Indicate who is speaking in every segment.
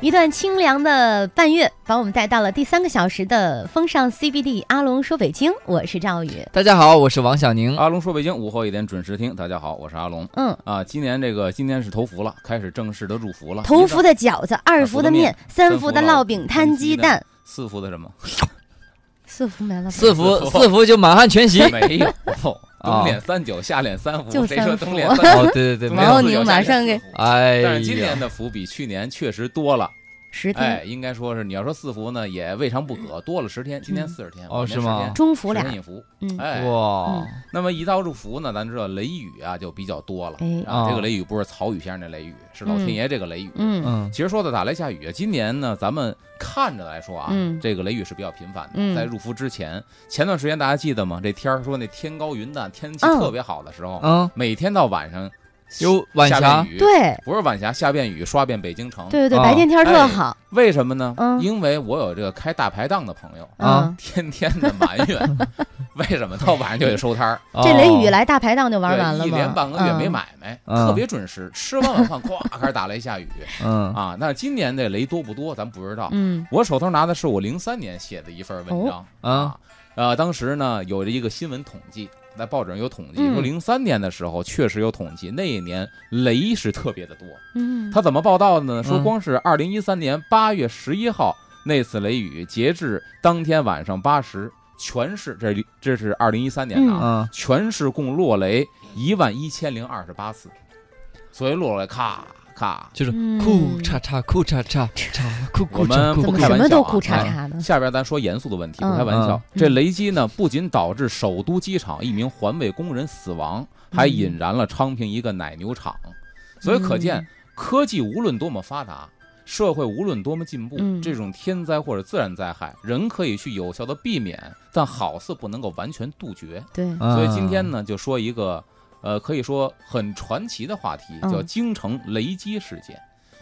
Speaker 1: 一段清凉的半月，把我们带到了第三个小时的风尚 CBD。阿龙说：“北京，我是赵宇。
Speaker 2: 大家好，我是王小宁。
Speaker 3: 阿龙说北京，午后一点准时听。大家好，我是阿龙”
Speaker 1: 嗯，
Speaker 3: 啊。今年这个今年是头伏了，开始正式的入伏了。
Speaker 1: 头伏的饺子，二伏的面
Speaker 3: 面，
Speaker 1: 三
Speaker 3: 三
Speaker 1: 伏
Speaker 3: 伏
Speaker 1: 的
Speaker 3: 的
Speaker 1: 烙
Speaker 3: 烙
Speaker 1: 饼
Speaker 3: 饼
Speaker 1: 摊
Speaker 3: 摊
Speaker 1: 鸡
Speaker 3: 鸡
Speaker 1: 蛋，
Speaker 3: 四伏的什么？
Speaker 1: 四伏没了吧。
Speaker 2: 四福
Speaker 3: 四福。
Speaker 2: 四福就满汉全席
Speaker 3: 没有，哦
Speaker 2: 啊
Speaker 3: 冬练三九，夏练三伏。
Speaker 1: 就
Speaker 3: 谁
Speaker 1: 三
Speaker 3: 说
Speaker 1: 伏
Speaker 3: 冬练三
Speaker 2: 哦
Speaker 3: 伏？，
Speaker 2: 对对对，
Speaker 3: 冬
Speaker 2: 没
Speaker 3: 练
Speaker 1: 然后
Speaker 2: 有。
Speaker 3: 四九
Speaker 1: 你
Speaker 3: 夏
Speaker 1: 马上
Speaker 3: 练三
Speaker 1: 给
Speaker 3: 伏
Speaker 2: 哎
Speaker 3: 但是今年
Speaker 2: 呀，
Speaker 3: 的伏比去年确实多了，
Speaker 1: 十天、
Speaker 3: 哎，应该说是你要说四伏呢，也未尝不可，多了十天，今年四十天，
Speaker 2: 哦
Speaker 3: 往年
Speaker 2: 是吗
Speaker 3: 10天
Speaker 1: 中伏嗯
Speaker 3: 十
Speaker 1: 俩
Speaker 3: 天，一伏，
Speaker 1: 嗯
Speaker 3: 哎，
Speaker 2: 哇，
Speaker 3: 那么一到入伏呢，咱知道雷雨啊就比较多了
Speaker 1: 哎
Speaker 3: 啊。
Speaker 2: 哦
Speaker 3: 这个雷雨不是曹禺先生的雷雨，是老天爷这个雷雨。
Speaker 1: 嗯
Speaker 2: 嗯
Speaker 3: 其实说到打雷下雨，啊今年呢，咱们看着来说啊，
Speaker 1: 嗯
Speaker 3: 这个雷雨是比较频繁的。
Speaker 1: 嗯
Speaker 3: 在入伏之前，前段时间大家记得吗？这天儿说那天高云淡，天气
Speaker 1: 嗯
Speaker 3: 特别好的时候，
Speaker 2: 嗯，
Speaker 3: 每天到晚上
Speaker 2: 有晚
Speaker 3: 下
Speaker 2: 霞
Speaker 3: 遍，雨，，
Speaker 1: 对
Speaker 3: 不是晚霞，下遍雨，刷遍北京城。
Speaker 1: 对对对，
Speaker 2: 哦
Speaker 1: 白天天儿特
Speaker 3: 哎
Speaker 1: 好，
Speaker 3: 为什么呢？
Speaker 1: 嗯
Speaker 3: 因为我有这个开大排档的朋友，
Speaker 1: 嗯
Speaker 2: 啊，
Speaker 3: 天天的埋 怨，为什么到晚上就得收摊儿？
Speaker 1: 嗯这雷雨
Speaker 2: 哦，
Speaker 1: 来大排档就玩
Speaker 3: 对
Speaker 1: 完了
Speaker 3: 一
Speaker 1: 嘛，
Speaker 3: 连半个月没
Speaker 1: 嗯，
Speaker 3: 买卖，
Speaker 2: 嗯
Speaker 3: 特别准时。吃完晚饭， 咵开始打雷下雨
Speaker 2: 嗯
Speaker 3: 啊！那今年这雷多不多，咱不知道。
Speaker 1: 嗯
Speaker 3: 我手头拿的是我零三年写的一份文章、
Speaker 2: 啊
Speaker 3: 啊，呃，当时呢有了一个新闻统计，在报纸上有统计、
Speaker 1: 嗯
Speaker 3: 说，零三年的时候确实有统计，那一年雷是特别的多。
Speaker 1: 嗯，
Speaker 3: 他怎么报道的呢？说
Speaker 2: 嗯
Speaker 3: 光是二零一三年八月十一号那次雷雨，截至当天晚上八时，全市这这是二零一三年的啊，
Speaker 2: 嗯，
Speaker 3: 全市共落雷一万一千零二十八次，所以落下来咔咔。
Speaker 2: 就是
Speaker 1: 嗯
Speaker 2: 裤叉叉裤叉叉叉裤
Speaker 3: 我
Speaker 2: 裤叉
Speaker 3: 们
Speaker 2: 裤
Speaker 1: 怎
Speaker 3: 不
Speaker 1: 么
Speaker 2: 叉
Speaker 3: 开
Speaker 1: 什
Speaker 3: 玩
Speaker 1: 么
Speaker 3: 笑
Speaker 1: 都
Speaker 3: 啊
Speaker 1: 裤叉
Speaker 2: 嗯
Speaker 1: 叉的？
Speaker 3: 下边咱说严肃的问题，
Speaker 1: 嗯
Speaker 3: 不开玩笑。
Speaker 1: 嗯
Speaker 3: 这雷击呢，不仅导致首都机场一名环卫工人死亡，哎
Speaker 1: 嗯
Speaker 3: 还引燃了昌平一个奶牛场。所以可
Speaker 1: 嗯
Speaker 3: 见，科技无论多么发达，社会无论多么进步
Speaker 1: 嗯，
Speaker 3: 这种天灾或者自然灾害，人可以去有效的避免，但好似不能够完全杜绝。
Speaker 1: 对，
Speaker 2: 嗯
Speaker 3: 所以今天呢，就说一个，呃，可以说很传奇的话题，
Speaker 1: 嗯
Speaker 3: 叫京城雷击事件。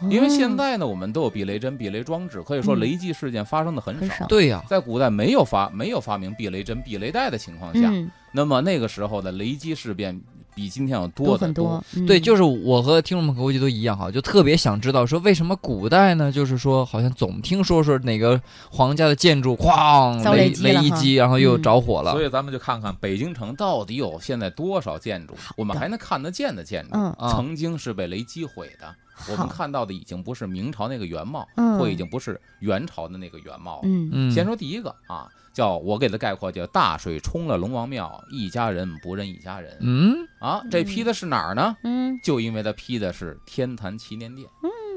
Speaker 3: 因为现
Speaker 1: 哦
Speaker 3: 在呢，我们都有避雷针、避雷装置，可以说
Speaker 1: 嗯
Speaker 3: 雷击事件发生的很
Speaker 1: 很
Speaker 3: 少
Speaker 1: 少。
Speaker 2: 对呀，
Speaker 3: 在古代没有发没有发明避雷针、避雷带的情况下，
Speaker 1: 嗯
Speaker 3: 那么那个时候的雷击事变比今天要
Speaker 1: 多
Speaker 3: 多得
Speaker 1: 很
Speaker 3: 多。
Speaker 1: 多，嗯
Speaker 2: 对，就是我和听众们估计都一样哈，就特别想知道说为什么古代呢？就是说好像总听说说哪个皇家的建筑哐
Speaker 1: 遭雷
Speaker 2: 雷
Speaker 1: 击了
Speaker 2: 雷一
Speaker 1: 哈
Speaker 2: 击，然后又着火了
Speaker 3: 所。以咱们就看看北京城到底有现在多少建筑
Speaker 1: 好，
Speaker 3: 我们
Speaker 1: 的
Speaker 3: 还能看得见的建筑，
Speaker 1: 嗯
Speaker 2: 啊
Speaker 3: 曾经是被雷击毁的。我
Speaker 1: 好，
Speaker 3: 们看到的已经不是明朝那个原貌，
Speaker 1: 嗯，
Speaker 3: 或已经不是元朝的那个原貌了。
Speaker 1: 嗯
Speaker 2: 嗯，
Speaker 3: 先说第一个啊，叫我给它概括叫大水冲了龙王庙，一家人不认一家人、
Speaker 2: 嗯
Speaker 3: 啊。这批的是哪儿呢？
Speaker 1: 嗯
Speaker 3: 就因为它批的是天坛祈年殿。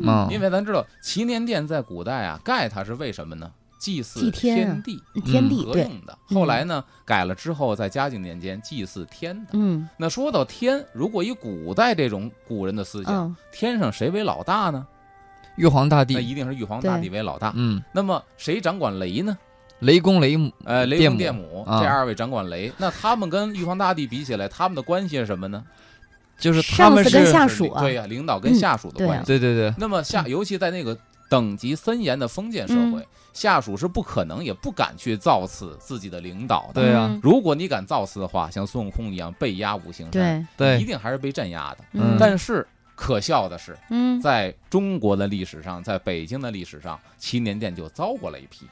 Speaker 2: 啊
Speaker 3: 因为咱知道祈年殿在古代啊，盖它是为什么呢？祭祀
Speaker 1: 祭天啊
Speaker 3: 地
Speaker 1: 天
Speaker 2: 嗯
Speaker 1: 地
Speaker 3: 合
Speaker 1: 对，
Speaker 3: 用的。后来呢，改了之后，在嘉靖年间祭祀天的。
Speaker 1: 嗯
Speaker 3: 那说到天，如果以古代这种古人的思想，
Speaker 1: 嗯
Speaker 3: 天上谁为老大呢？
Speaker 2: 玉皇大帝
Speaker 3: 那，一定是玉皇大帝为老大。
Speaker 2: 嗯，
Speaker 3: 那么谁掌管雷
Speaker 1: 嗯
Speaker 3: 呢？
Speaker 2: 雷公雷母，
Speaker 3: 呃，雷
Speaker 2: 电
Speaker 3: 公
Speaker 2: 母
Speaker 3: 电母
Speaker 2: 啊
Speaker 3: 这二位掌管雷，那他们跟玉皇大帝比起来，他们的关系是什么呢？
Speaker 2: 就是他
Speaker 1: 上
Speaker 2: 们
Speaker 1: 司
Speaker 2: 是
Speaker 1: 跟，下属啊，
Speaker 3: 对呀，领导跟
Speaker 1: 嗯
Speaker 3: 下属的
Speaker 1: 对
Speaker 3: 关
Speaker 1: 啊
Speaker 3: 系。
Speaker 2: 对对对，
Speaker 3: 那么
Speaker 1: 嗯
Speaker 3: 下，尤其在那个等级森严的封建社会，下属是不可能也不敢去造次自己的领导的。
Speaker 2: 对啊
Speaker 1: 嗯
Speaker 3: 如果你敢造次的话，像孙悟空一样被压五行山，
Speaker 1: 对，
Speaker 2: 对，
Speaker 3: 一定还是被镇压的。
Speaker 2: 嗯
Speaker 3: 但是可笑的是，
Speaker 1: 嗯
Speaker 3: 在中国的历史上，在北京的历史上，祈年殿就遭过雷劈。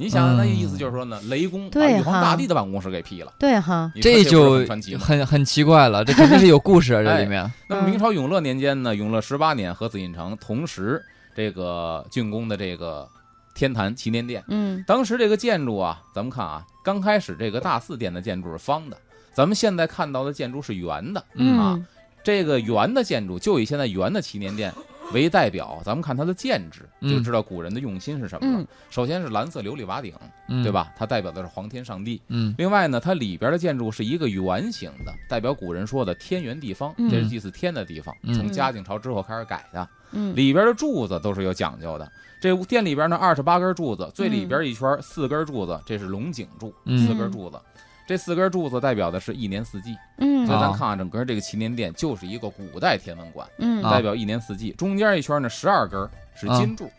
Speaker 3: 你想想，那意思就是说呢，雷公
Speaker 1: 嗯
Speaker 3: 把
Speaker 1: 对
Speaker 3: 玉皇
Speaker 1: 哈
Speaker 3: 大帝的办公室给劈了，
Speaker 1: 对哈，
Speaker 3: 你说
Speaker 2: 这
Speaker 3: 这不是
Speaker 2: 就
Speaker 3: 很传奇吗？
Speaker 2: 很很奇怪了，这肯定是有故事啊，这里 面，
Speaker 3: 那么明朝永乐年间呢，永乐十八年和紫禁城同时这个竣工的这个天坛祈年殿。
Speaker 1: 嗯
Speaker 3: 当时这个建筑啊，咱们看啊，刚开始这个大四殿的建筑是方的，咱们现在看到的建筑是圆的。
Speaker 2: 嗯
Speaker 3: 啊，这个圆的建筑就以现在圆的祈年殿为代表，咱们看它的建制，
Speaker 2: 嗯
Speaker 3: 就知道古人的用心是什么了。
Speaker 1: 嗯
Speaker 3: 首先是蓝色琉璃瓦顶，
Speaker 2: 嗯
Speaker 3: 对？吧？它代表的是皇天上帝。
Speaker 2: 嗯
Speaker 3: 另外呢，它里边的建筑是一个圆形的，代表古人说的天圆地方，
Speaker 1: 嗯
Speaker 3: 这是祭祀天的地方。
Speaker 2: 嗯
Speaker 3: 从嘉靖朝之后开始改的，
Speaker 1: 嗯，
Speaker 3: 里边的柱子都是有讲究的。这屋殿里边呢，二十八根柱子，最里边一圈四根柱子，这是龙井柱，四
Speaker 2: 嗯
Speaker 3: 根柱子。这四根柱子代表的是一年四季，所以
Speaker 1: 嗯
Speaker 3: 咱看啊，整个这个祈年殿就是一个古代天文馆，
Speaker 1: 嗯
Speaker 2: 啊
Speaker 3: 代表一年四季。中间一圈呢，十二根是金柱，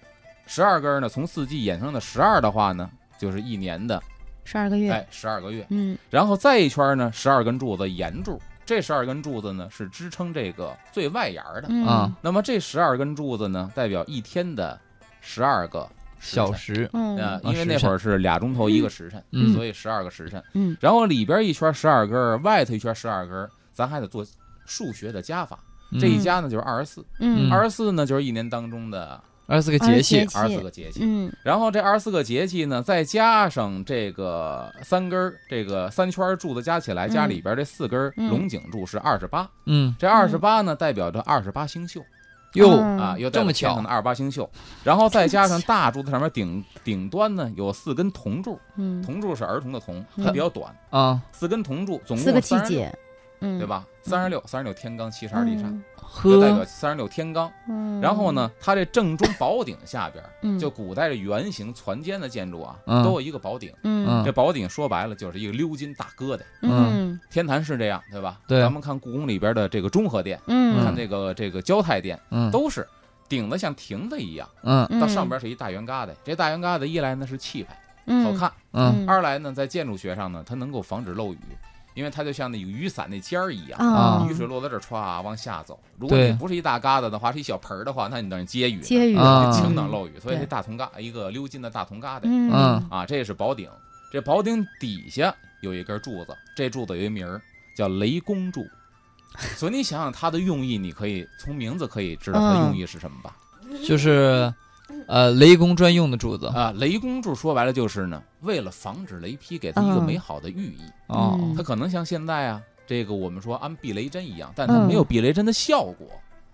Speaker 3: 十二根呢从四季衍生的十二的话呢，就是一年的
Speaker 1: 十二个月，
Speaker 3: 哎十二个月。
Speaker 1: 嗯
Speaker 3: 然后再一圈呢，十二根柱子沿柱，这十二根柱子呢是支撑这个最外沿儿的。
Speaker 1: 嗯
Speaker 2: 啊
Speaker 3: 那么这十二根柱子呢，代表一天的十二个时辰
Speaker 2: 小时，
Speaker 3: 呃
Speaker 1: 嗯，
Speaker 2: 啊
Speaker 3: 因为那
Speaker 2: 时
Speaker 3: 会儿是俩钟头一个时辰，
Speaker 2: 嗯
Speaker 3: 所以十二个时辰。
Speaker 1: 嗯，
Speaker 3: 然后里边一圈十二根儿，外头一圈十二根儿，咱还得做数学的加法。这一
Speaker 1: 嗯
Speaker 3: 加呢就是二十四，
Speaker 1: 嗯
Speaker 2: 嗯
Speaker 3: 二十四呢就是一年当中的
Speaker 2: 二十四个
Speaker 1: 二十
Speaker 2: 节气
Speaker 1: 节，气
Speaker 3: 二十四个节气。
Speaker 1: 嗯
Speaker 3: 然后这二十四个节气呢，再加上这个三根儿，这个三圈儿柱子加起来，加
Speaker 1: 嗯
Speaker 3: 里边这四根儿
Speaker 1: 嗯
Speaker 3: 龙井柱是二十八。
Speaker 2: 嗯，
Speaker 3: 这二十八呢，代表着二十八星宿
Speaker 2: 哟，
Speaker 1: 嗯
Speaker 3: 啊，又
Speaker 2: 这么巧
Speaker 3: 的二十八星宿。然后再加上大柱子上面顶 顶端呢有四根铜柱，
Speaker 1: 嗯，
Speaker 3: 铜柱是儿童的铜，
Speaker 1: 嗯
Speaker 3: 它比较短，
Speaker 2: 啊，
Speaker 3: 四根铜柱总
Speaker 1: 四个
Speaker 3: 共
Speaker 1: 季
Speaker 3: 三十六，
Speaker 1: 节，嗯，
Speaker 3: 对？吧？三十六，三十六天罡，七十二地煞，就代表
Speaker 2: 呵，
Speaker 3: 三十六天罡。
Speaker 1: 嗯，
Speaker 3: 然后呢，它这正中宝顶下边儿，
Speaker 1: 嗯，
Speaker 3: 就古代的圆形攒尖的建筑啊，
Speaker 2: 嗯
Speaker 3: 都有一个宝顶。
Speaker 1: 嗯
Speaker 3: 这宝顶说白了就是一个鎏金大疙瘩，
Speaker 1: 嗯
Speaker 3: 天坛是这样，对吧？
Speaker 2: 对
Speaker 3: 咱们看故宫里边的这个中和殿，看
Speaker 1: 嗯，
Speaker 3: 这个这个交泰殿，
Speaker 2: 嗯，
Speaker 3: 都是顶的像亭子一样，
Speaker 2: 嗯
Speaker 3: 到上边是一大圆疙瘩。这大圆疙瘩一来呢是气派，
Speaker 1: 嗯
Speaker 3: 好，看；
Speaker 2: 嗯
Speaker 3: 二来呢，在建筑学上呢，它能够防止漏雨，因为它就像那雨伞那尖儿一样。
Speaker 1: 啊，
Speaker 3: 雨水落在这儿歘、往下走。如果
Speaker 2: 对
Speaker 3: 你不是一大疙瘩的话，是一小盆儿的话，那你等于接雨呢，
Speaker 1: 接雨嗯
Speaker 2: 啊
Speaker 3: 晴等漏雨。所以
Speaker 1: 对
Speaker 3: 这大铜疙一个鎏金的大铜疙瘩、
Speaker 1: 嗯
Speaker 3: 啊，这是宝顶。这宝顶底下有一根柱子，这柱子有一名儿叫雷公柱。所以你想想它的用意，你可以从名字可以知道
Speaker 1: 嗯
Speaker 3: 它的用意是什么吧？
Speaker 2: 就是呃雷公专用的柱子
Speaker 3: 啊，雷公柱说白了就是呢，为了防止雷劈，给它一个
Speaker 1: 嗯
Speaker 3: 美好的寓意。
Speaker 2: 哦
Speaker 1: 嗯，
Speaker 3: 它可能像现在啊，这个我们说安避雷针一样，但
Speaker 1: 嗯
Speaker 3: 它没有避雷针的效果，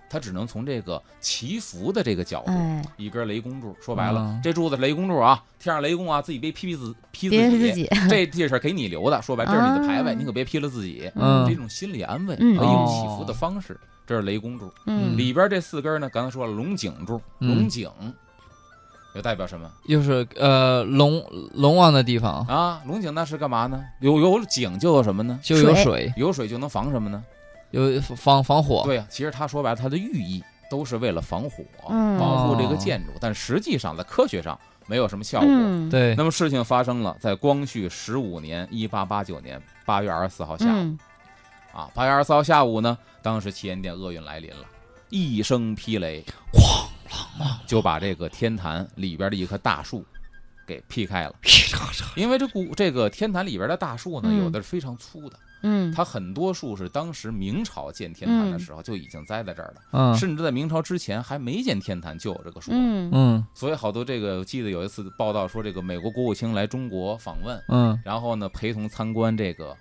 Speaker 3: 它只能从这个祈福的这个角度，
Speaker 1: 哎，
Speaker 3: 一根雷公柱。说白了，
Speaker 2: 嗯
Speaker 3: 这柱子是雷公柱啊，天上雷公啊，自己别劈劈自劈
Speaker 1: 别
Speaker 3: 自
Speaker 1: 是
Speaker 3: 己，
Speaker 1: 自己，
Speaker 3: 这这事儿给你留的。说白了，这是你的牌位，
Speaker 1: 啊
Speaker 3: 你可别劈了自己。
Speaker 2: 嗯
Speaker 3: 这种心理安慰
Speaker 1: 嗯
Speaker 3: 和一种祈福的方式，这是雷公柱。
Speaker 1: 嗯
Speaker 3: 里边这四根呢，刚才说了龙井柱，
Speaker 2: 嗯
Speaker 3: 龙井又代表什么？
Speaker 2: 又是呃龙龙王的地方，
Speaker 3: 啊，龙井那是干嘛呢？有有井就有什么呢？
Speaker 2: 就有
Speaker 1: 水
Speaker 2: 水，
Speaker 3: 有水就能防什么呢？
Speaker 2: 有防防火，
Speaker 3: 对呀、其实它说白了，它的寓意都是为了防火，
Speaker 1: 嗯
Speaker 3: 保护这个建筑，但实际上在科学上没有什么效果。
Speaker 1: 嗯，
Speaker 2: 对
Speaker 3: 那，么事情发生了，在光绪十五年（一八八九年）八月二十四号下午、
Speaker 1: 嗯
Speaker 3: 啊，八月二十四号下午呢，当时祈安殿厄运来临了，一声劈雷，哐啷就把这个天坛里边的一棵大树给劈开了。因为这古这个天坛里边的大树呢，
Speaker 1: 嗯
Speaker 3: 有的是非常粗的，
Speaker 1: 嗯，
Speaker 3: 它很多树是当时明朝建天坛的时候就已经栽在这儿了。
Speaker 2: 嗯
Speaker 3: 甚至在明朝之前还没建天坛就有这个树，
Speaker 1: 嗯
Speaker 2: 嗯
Speaker 3: 所以好多这个我记得有一次报道说，这个美国国务卿来中国访问，
Speaker 2: 嗯
Speaker 3: 然后呢陪同参观这个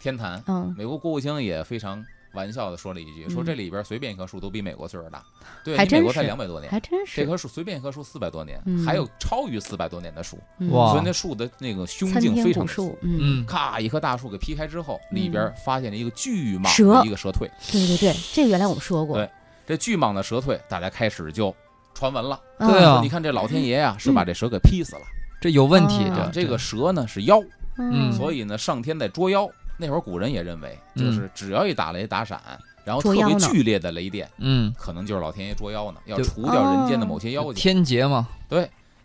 Speaker 3: 天坛，
Speaker 1: 嗯，
Speaker 3: 美国国务卿也非常玩笑的说了一句，
Speaker 1: 嗯
Speaker 3: 说这里边随便一棵树都比美国岁数大，对，
Speaker 1: 还
Speaker 3: 你美
Speaker 1: 真
Speaker 3: 国才
Speaker 1: 是
Speaker 3: 两百多年，
Speaker 1: 还真
Speaker 3: 这
Speaker 1: 是，
Speaker 3: 棵树随便一棵树四百多年
Speaker 1: 嗯，
Speaker 3: 还有超于四百多年的树，
Speaker 1: 嗯
Speaker 2: 哇
Speaker 3: 所以那树的那个胸
Speaker 1: 参
Speaker 3: 径非
Speaker 1: 天
Speaker 3: 常
Speaker 1: 古
Speaker 3: 的粗。
Speaker 1: 树，嗯，
Speaker 2: 嗯，
Speaker 3: 咔！一棵大树给劈开之后，里边发现了一个巨蟒
Speaker 1: 蛇
Speaker 3: 的一个蛇蜕。
Speaker 1: 对对对，这个原来我们说过，
Speaker 3: 这巨蟒的蛇蜕，大家开始就传闻了。
Speaker 1: 嗯
Speaker 2: 对啊
Speaker 3: 说你看这老天爷呀、是把这蛇给劈死了。
Speaker 2: 这有问题，
Speaker 1: 啊
Speaker 3: 啊
Speaker 2: 这
Speaker 3: 这个蛇呢是妖，
Speaker 1: 嗯，嗯
Speaker 3: 所以呢上天在捉妖。那会儿古人也认为，就是只要一打雷打闪，然后特
Speaker 1: 捉妖
Speaker 3: 别
Speaker 1: 呢
Speaker 3: 剧烈的雷电，
Speaker 2: 嗯
Speaker 3: 可能就是老天爷捉妖呢，要
Speaker 2: 就啊
Speaker 3: 除掉人间的某些妖精。
Speaker 2: 天劫嘛，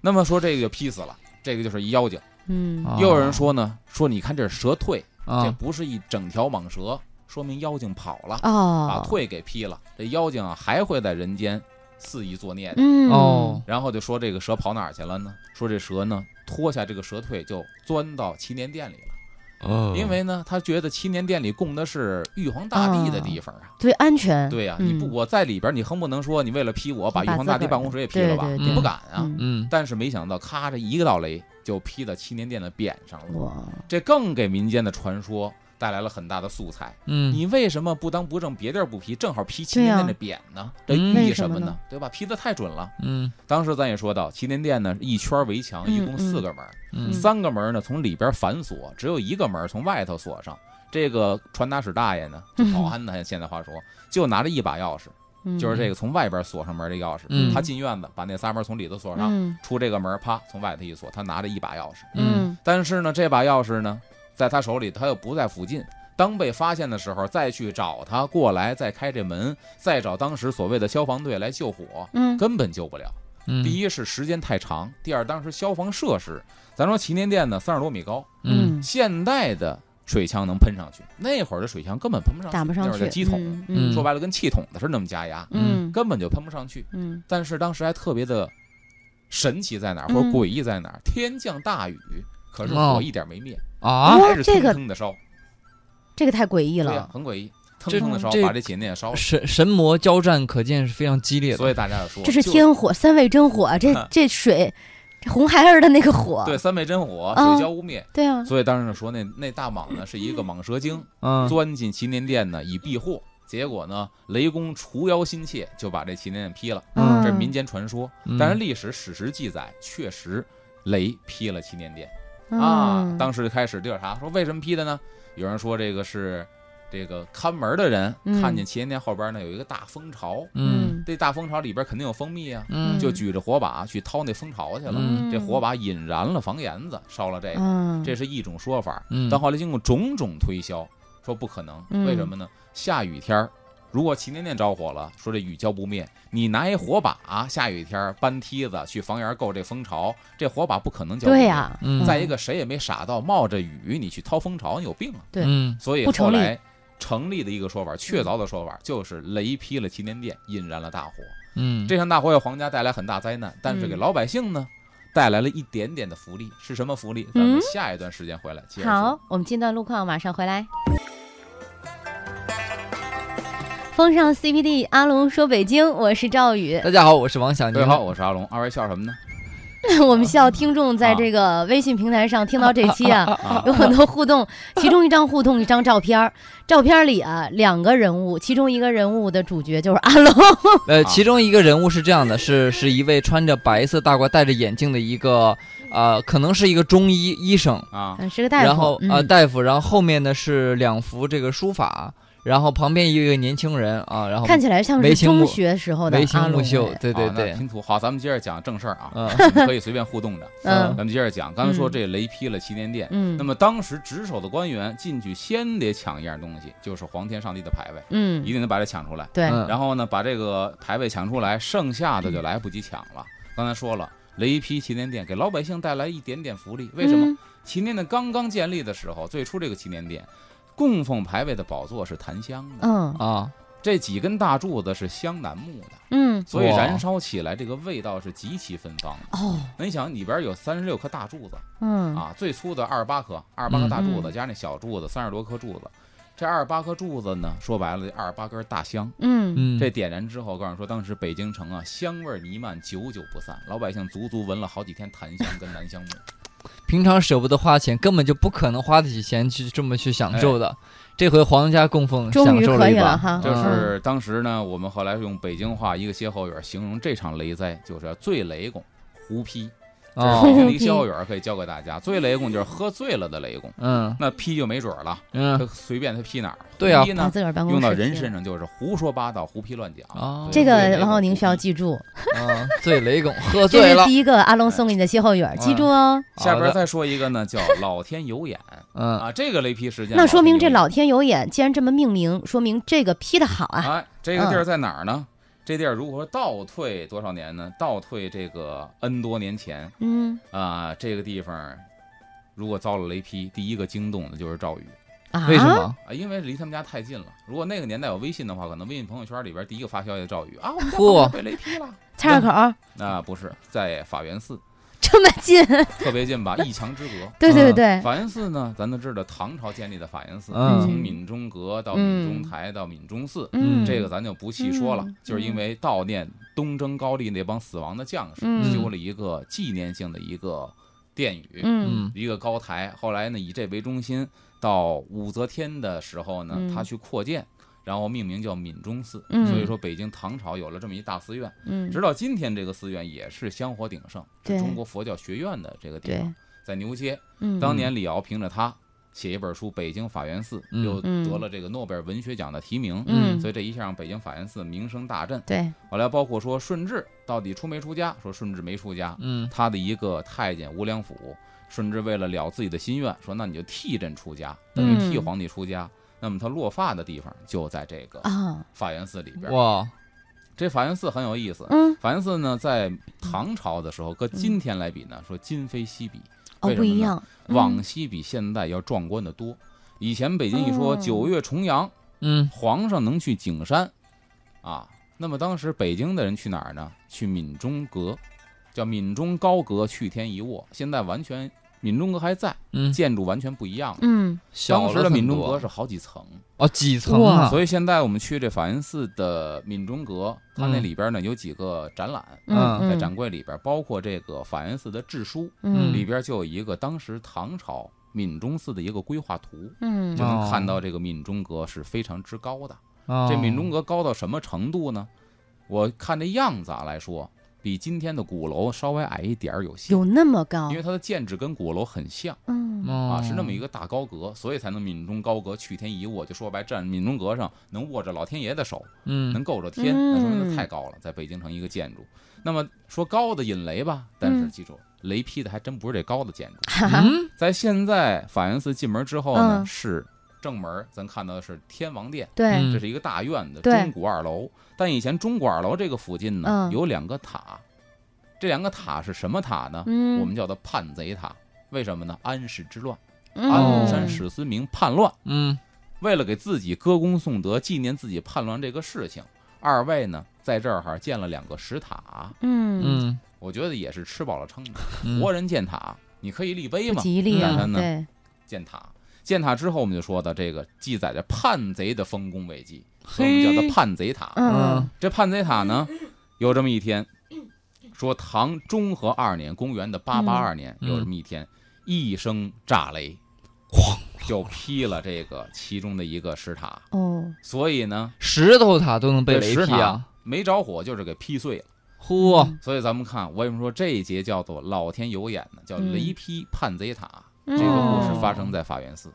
Speaker 3: 那么说这个就劈死了，这个就是一妖精。
Speaker 1: 嗯
Speaker 2: 啊
Speaker 3: 又有人说呢，说你看这是蛇蜕，这
Speaker 2: 啊
Speaker 3: 不是一整条蟒蛇，说明妖精跑了，把
Speaker 1: 哦，
Speaker 3: 蜕给劈了。这妖精啊还会在人间肆意作孽的。
Speaker 1: 嗯
Speaker 2: 哦，
Speaker 3: 然后就说这个蛇跑哪儿去了呢？说这蛇呢脱下这个蛇蜕就钻到祈年殿里了，
Speaker 2: 嗯
Speaker 3: 因为呢他觉得祈年殿里供的是玉皇大帝的地方啊。
Speaker 1: 对安全，
Speaker 3: 对呀、
Speaker 1: 嗯
Speaker 3: 你不我在里边，你横不能说你为了劈我把玉皇大帝办公室也劈了吧？
Speaker 1: 把自个
Speaker 2: 儿的
Speaker 3: 你不敢啊。
Speaker 1: 嗯
Speaker 2: 嗯
Speaker 3: 但是没想到，咔这一个道雷就劈到祈年殿的匾上了，
Speaker 1: 哇，
Speaker 3: 这更给民间的传说带来了很大的素材。
Speaker 2: 嗯
Speaker 3: 你为什么不当不正，别地儿不劈，正好劈祈
Speaker 1: 对
Speaker 3: 年
Speaker 1: 呀
Speaker 3: 殿的匾呢？这
Speaker 2: 嗯
Speaker 3: 寓意
Speaker 1: 为什
Speaker 3: 什么
Speaker 1: 么
Speaker 3: 呢
Speaker 1: 呢？
Speaker 3: 对吧？劈得太准了。
Speaker 2: 嗯
Speaker 3: 当时咱也说到，祈年殿呢一圈围墙，
Speaker 1: 嗯
Speaker 3: 一共四个门儿，
Speaker 2: 嗯
Speaker 3: 三个门儿呢从里边反锁，只有一个门儿从外头锁上。这个传达室大爷呢，
Speaker 1: 嗯
Speaker 3: 就保 安呢，现在话说，就拿着一把钥匙，就是这个从外边锁上门儿的钥匙。
Speaker 2: 嗯
Speaker 3: 他进院子，把那仨门儿从里头锁上，
Speaker 1: 嗯
Speaker 3: 出这个门儿，啪，从外头一锁，他拿着一把钥匙。
Speaker 2: 嗯
Speaker 1: 嗯
Speaker 3: 但是呢，这把钥匙呢，在他手里，他又不在附近。当被发现的时候，再去找他过来，再开这门，再找当时所谓的消防队来救火，
Speaker 1: 嗯
Speaker 3: 根本救不了。
Speaker 2: 嗯
Speaker 3: 第一是时间太长，第二当时消防设施，咱说祈年殿呢三十多米高，
Speaker 2: 嗯
Speaker 3: 现代的水枪能喷上去，那会儿的水枪根本喷不上去，
Speaker 1: 打不上
Speaker 3: 那会儿
Speaker 1: 去，
Speaker 3: 叫机筒，
Speaker 1: 嗯
Speaker 3: 说白了跟气筒子是那么加压，
Speaker 1: 嗯
Speaker 3: 根本就喷不上去。
Speaker 1: 嗯
Speaker 3: 但是当时还特别的神奇在哪儿，或者
Speaker 1: 嗯
Speaker 3: 诡异在哪儿？天降大雨，可是
Speaker 2: 哦
Speaker 3: 火一点没灭，
Speaker 1: 嗯
Speaker 2: 啊
Speaker 1: 哇，
Speaker 3: 还是
Speaker 1: 这
Speaker 3: 腾
Speaker 1: 个
Speaker 3: 腾的烧，
Speaker 1: 这个太诡异
Speaker 3: 对呀啊
Speaker 1: 了，。
Speaker 3: 很诡异，腾腾的烧
Speaker 2: 这
Speaker 3: 把这寝殿也烧了。
Speaker 2: 神神魔交战，可见是非常激烈的。
Speaker 3: 所以大家要说，
Speaker 1: 这是
Speaker 3: 就
Speaker 1: 天火，三味真 火，这这水，这红孩儿的那个火，
Speaker 3: 对三昧真火，
Speaker 1: 嗯
Speaker 3: 水浇污灭。
Speaker 1: 对啊，
Speaker 3: 所以当时就说那那大蟒呢是一个蟒蛇精，
Speaker 2: 嗯，
Speaker 3: 钻进祈年殿呢以避祸。结果呢，雷公除妖心切，就把这祈年殿劈了。
Speaker 2: 嗯
Speaker 3: 这是民间传说，但是
Speaker 2: 嗯
Speaker 3: 历史史实记载确实雷劈了祈年殿
Speaker 1: 嗯
Speaker 3: 啊。当时就开始调查，说为什么劈的呢？有人说这个是这个看门的人
Speaker 1: 嗯
Speaker 3: 看见祈年殿后边呢有一个大蜂巢，
Speaker 2: 嗯
Speaker 3: 这大蜂巢里边肯定有蜂蜜啊，
Speaker 2: 嗯
Speaker 3: 就举着火把去掏那蜂巢去了。
Speaker 2: 嗯
Speaker 3: 这火把引燃了房檐子，烧了这个，
Speaker 1: 嗯，
Speaker 3: 这是一种说法。
Speaker 2: 嗯，
Speaker 3: 但后来经过种种推销，说不可能，
Speaker 1: 嗯
Speaker 3: 为什么呢？下雨天儿，如果祈年殿着火了，说这雨浇不灭，你拿一火把，下雨天儿搬梯子去房檐够这蜂巢，这火把不可能浇不灭。
Speaker 1: 对呀，
Speaker 2: 嗯
Speaker 3: 再一个，谁也没傻到冒着雨你去掏蜂巢，你有病啊！
Speaker 1: 对
Speaker 2: 嗯
Speaker 3: 所以
Speaker 1: 不成嗯
Speaker 3: 后来成立的一个说法，确凿的说法就是雷劈了祈年殿，引燃了大火。
Speaker 2: 嗯，
Speaker 3: 这场大火给皇家带来很大灾难，但是给
Speaker 1: 嗯
Speaker 3: 老百姓呢，带来了一点点的福利。是什么福利？咱们
Speaker 1: 嗯
Speaker 3: 下一段时间回来接着说。
Speaker 1: 好，我们近段路况，马上回来。风尚 CBD，阿龙说北京，我是赵宇。
Speaker 2: 大家好，我是王想，
Speaker 3: 各位
Speaker 2: 你
Speaker 3: 好，，我是阿龙。二位笑什么呢？
Speaker 1: 我们需要听众在这个微信平台上听到这期啊，
Speaker 3: 啊
Speaker 1: 有很多互动，其中一张互动一张照片儿，照片里啊两个人物，其中一个人物的主角就是阿龙，
Speaker 2: 呃，
Speaker 3: 好
Speaker 2: 其中一个人物是这样的，是是一位穿着白色大褂、戴着眼镜的一个，呃，可能是一个中医医生，
Speaker 3: 啊，
Speaker 1: 嗯是个大夫。
Speaker 2: 然后
Speaker 1: 嗯
Speaker 2: 呃大夫，然后后面呢是两幅这个书法，然后旁边一个年轻人啊，然后
Speaker 1: 看起来像是
Speaker 2: 眉清目
Speaker 1: 中学时候的
Speaker 2: 眉清
Speaker 1: 阿龙
Speaker 2: 目
Speaker 1: 哎，
Speaker 2: 秀，对对
Speaker 3: 啊那
Speaker 2: 对，
Speaker 3: 拼图好，咱们接着讲正事儿啊，
Speaker 2: 嗯
Speaker 3: 你们可以随便互动的。
Speaker 1: 嗯
Speaker 3: 咱们接着讲，刚才说
Speaker 1: 嗯
Speaker 3: 这雷劈了祈年殿，
Speaker 1: 嗯，
Speaker 3: 那么当时值守的官员进去先得抢一样东西，就是皇天上帝的牌位，一
Speaker 1: 嗯
Speaker 3: 定得把它抢出来。
Speaker 1: 对，
Speaker 2: 嗯
Speaker 3: 然后呢，把这个牌位抢出来，剩下的就来不及抢了。
Speaker 1: 嗯
Speaker 3: 刚才说了，雷劈祈年殿给老百姓带来一点点福利，为什么？
Speaker 1: 嗯？
Speaker 3: 祈年殿刚刚建立的时候，最初这个祈年殿，供奉牌位的宝座是檀香的，
Speaker 1: 嗯
Speaker 2: 啊，
Speaker 3: 这几根大柱子是香楠木的，
Speaker 1: 嗯
Speaker 3: 所以
Speaker 2: 哇
Speaker 3: 燃烧起来这个味道是极其芬芳的。
Speaker 1: 哦
Speaker 3: 那你想，里边有三十六颗大柱子
Speaker 1: 嗯
Speaker 3: 啊，最粗的二十八颗，二十八
Speaker 2: 嗯
Speaker 3: 颗大柱子加那小柱子三十多颗柱子，这二十八颗柱子呢，说白了，二十八根大香。
Speaker 1: 嗯
Speaker 2: 嗯，
Speaker 3: 这点燃之后，告诉说当时北京城啊，香味儿弥漫，久久不散，老百姓足足闻了好几天檀香跟南 香木。
Speaker 2: 平常舍不得花钱，根本就不可能花得起钱去这么去
Speaker 3: 哎
Speaker 2: 享受的。这回皇家供奉
Speaker 1: 终
Speaker 2: 享
Speaker 1: 于
Speaker 2: 受
Speaker 1: 可
Speaker 2: 一
Speaker 1: 以了
Speaker 2: 把，
Speaker 1: 哈
Speaker 3: 就
Speaker 2: 嗯
Speaker 3: 是当时呢，我们后来用北京话一个歇后语儿形容这场雷灾，就是最雷公，胡批。这
Speaker 2: 哦啊
Speaker 3: 是北京的一个歇后语儿可以教给大家。最雷公就是喝醉了的雷公，
Speaker 2: 嗯
Speaker 3: 那批就没准儿了，
Speaker 2: 嗯
Speaker 3: 他随便他批哪儿。
Speaker 2: 对啊
Speaker 3: 批
Speaker 1: 到
Speaker 3: 呢，
Speaker 1: 自个儿办公室
Speaker 3: 用到
Speaker 1: 去
Speaker 3: 人身上就是胡说八道、胡批乱讲。
Speaker 2: 哦
Speaker 1: 这
Speaker 3: 对嗯
Speaker 1: 个王浩宁需。
Speaker 3: 最雷
Speaker 1: 要
Speaker 3: 公胡批
Speaker 1: 记住，
Speaker 2: 啊，醉 雷公
Speaker 1: 这
Speaker 2: 喝醉
Speaker 1: 是
Speaker 2: 了，
Speaker 1: 第一个阿龙送给你的歇后语
Speaker 3: 哎
Speaker 1: 儿，记住哦。
Speaker 3: 下
Speaker 2: 好
Speaker 3: 边
Speaker 2: 的
Speaker 3: 再说一个 呢，叫老天有眼
Speaker 2: 嗯
Speaker 3: 啊，这个雷劈事件。
Speaker 1: 那说明这
Speaker 3: 老。
Speaker 1: 老天有眼，既然这么命名，说明这个批的好啊。
Speaker 3: 哎，这个地儿在哪儿呢？这地儿如果说倒退多少年呢？倒退这个 N 多年前
Speaker 1: 嗯
Speaker 3: 啊、这个地方如果遭了雷劈，第一个惊动的就是赵宇
Speaker 1: 啊，
Speaker 2: 为什？么？
Speaker 3: 啊，因为离他们家太近了。如果那个年代有微信的话，可能微信朋友圈里边第一个发消息的赵宇啊，我们家旁边
Speaker 2: 嚯
Speaker 3: 被雷劈了。
Speaker 1: 菜市口儿
Speaker 3: 那不是在法源寺，
Speaker 1: 啊这么近，
Speaker 3: 特别近吧，一墙之隔。
Speaker 1: 对对对，
Speaker 3: 法源寺呢，咱都知道唐朝建立的法源寺，
Speaker 2: 嗯
Speaker 3: 从闽中阁到闽中台到闽中寺，
Speaker 1: 嗯，
Speaker 3: 这个咱就不细说了，
Speaker 1: 嗯
Speaker 3: 就是因为悼念东征高丽那帮死亡的将士，
Speaker 1: 嗯
Speaker 3: 修了一个纪念性的一个殿宇，
Speaker 1: 嗯
Speaker 2: 嗯
Speaker 3: 一个高台。后来呢，以这为中心，到武则天的时候呢，
Speaker 1: 嗯
Speaker 3: 他去扩建，然后命名叫闽中寺。
Speaker 1: 嗯
Speaker 3: 所以说，北京唐朝有了这么一大寺院，
Speaker 1: 嗯，
Speaker 3: 直到今天，这个寺院也是香火鼎盛，是
Speaker 1: 对
Speaker 3: 中国佛教学院的这个地
Speaker 1: 对
Speaker 3: 方，，在牛街。
Speaker 1: 嗯
Speaker 3: 当年李敖凭着他写一本书《北京法源寺》，
Speaker 2: 嗯
Speaker 3: 又
Speaker 1: 嗯
Speaker 3: 得了这个诺贝尔文学奖的提名。
Speaker 1: 嗯
Speaker 3: 所以这一下让北京法源寺名声大振。
Speaker 1: 对，
Speaker 3: 后来包括说顺治到底出没出家，说顺治没出家，
Speaker 2: 嗯
Speaker 3: 他的一个太监吴良辅，顺治为了了自己的心愿，说那你就替朕出家，等于替
Speaker 1: 嗯
Speaker 3: 皇帝出家。那么他落发的地方就在这个
Speaker 1: 啊，
Speaker 3: 法源寺里边。
Speaker 2: 哇，
Speaker 3: 这法源寺很有意思。
Speaker 1: 嗯，
Speaker 3: 法源寺呢，在唐朝的时候，搁今天来比呢，说今非昔比，
Speaker 1: 哦，
Speaker 3: 为什
Speaker 1: 不
Speaker 3: 么呢
Speaker 1: 一样，嗯
Speaker 3: 往昔比现在要壮观的多。以前北京一说
Speaker 1: 哦
Speaker 3: 九月重阳，
Speaker 2: 嗯
Speaker 3: 皇上能去景山，啊，那么当时北京的人去哪儿呢？去闽中阁，叫“闽中高阁，去天一卧”。现在完全闽中阁还在，
Speaker 2: 嗯，
Speaker 3: 建筑完全不一样了。
Speaker 1: 嗯，
Speaker 2: 小
Speaker 3: 当
Speaker 2: 了
Speaker 3: 时的
Speaker 2: 很
Speaker 3: 闽中
Speaker 2: 多
Speaker 3: 阁是好几层，
Speaker 2: 哦几层啊，
Speaker 3: 所以现在我们去这法源寺的闽中阁，它那
Speaker 2: 嗯
Speaker 3: 里边呢有几个展览，
Speaker 2: 嗯
Speaker 3: 在展柜里边，包括这个法源寺的志书
Speaker 1: 嗯
Speaker 3: 里边就有一个当时唐朝闽中寺的一个规划图，
Speaker 1: 嗯
Speaker 3: 就能看
Speaker 2: 哦
Speaker 3: 到这个闽中阁是非常之高的。
Speaker 2: 哦
Speaker 3: 这闽中阁高到什么程度呢？我看这样子啊来说，比今天的鼓楼稍微矮一点儿有些，
Speaker 1: 有那么高
Speaker 3: 因，为它的建制跟鼓楼很像
Speaker 1: 嗯
Speaker 2: 哦
Speaker 3: 啊，是那么一个大高阁，所以才能闽中高阁去天一卧。就说白，站闽中阁上能握着老天爷的手，
Speaker 2: 嗯
Speaker 3: 能够着天，那说明它太高了，在北京城一个建筑。那么说高的引雷吧，但是
Speaker 1: 嗯
Speaker 3: 记住，雷劈的还真不是这高的建筑。
Speaker 2: 嗯
Speaker 3: 在现在法源寺进门之后呢，
Speaker 1: 嗯
Speaker 3: 是正门，咱看到的是天王殿。
Speaker 1: 对，
Speaker 2: 嗯
Speaker 3: 这是一个大院子，
Speaker 1: 对
Speaker 3: 钟鼓二楼。但以前钟鼓二楼这个附近呢，
Speaker 1: 嗯
Speaker 3: 有两个塔，这两个塔是什么塔呢？
Speaker 1: 嗯，
Speaker 3: 我们叫它叛贼塔。为什么呢？安史之乱，安
Speaker 1: 安
Speaker 3: 禄山史思明叛乱，
Speaker 2: 嗯
Speaker 3: 为了给自己歌功颂德，纪念自己叛乱这个事情，二位呢在这儿哈建了两个石塔，
Speaker 1: 嗯
Speaker 2: 嗯
Speaker 3: 我觉得也是吃饱了撑的。
Speaker 2: 嗯，
Speaker 3: 活人建塔，你可以立碑
Speaker 1: 不
Speaker 3: 嘛，
Speaker 1: 吉利
Speaker 2: 嗯
Speaker 1: 啊，
Speaker 3: 咱呢
Speaker 1: 对，
Speaker 3: 建塔。建塔之后，我们就说的这个记载着叛贼的丰功伟绩，所以
Speaker 2: 嘿
Speaker 3: 我们叫它叛贼塔。
Speaker 1: 嗯
Speaker 2: 嗯
Speaker 3: 这叛贼塔呢，有这么一天，说唐中和二年，公元的八八二年，
Speaker 2: 嗯
Speaker 3: 有这么一天，一声炸雷，哐，就劈了这个其中的一个石塔。
Speaker 1: 哦，
Speaker 3: 所以呢，
Speaker 2: 石头塔都能被
Speaker 3: 这
Speaker 2: 雷
Speaker 3: 石
Speaker 2: 劈
Speaker 3: 塔
Speaker 2: 啊，
Speaker 3: 没着火，就是给劈碎了。
Speaker 2: 嚯，
Speaker 3: 所以咱们看，我为什么说这一节叫做老天有眼呢？叫
Speaker 1: 嗯
Speaker 3: 雷劈叛贼塔。
Speaker 1: 这
Speaker 3: 这个故
Speaker 2: 哦
Speaker 3: 事发生在法源寺。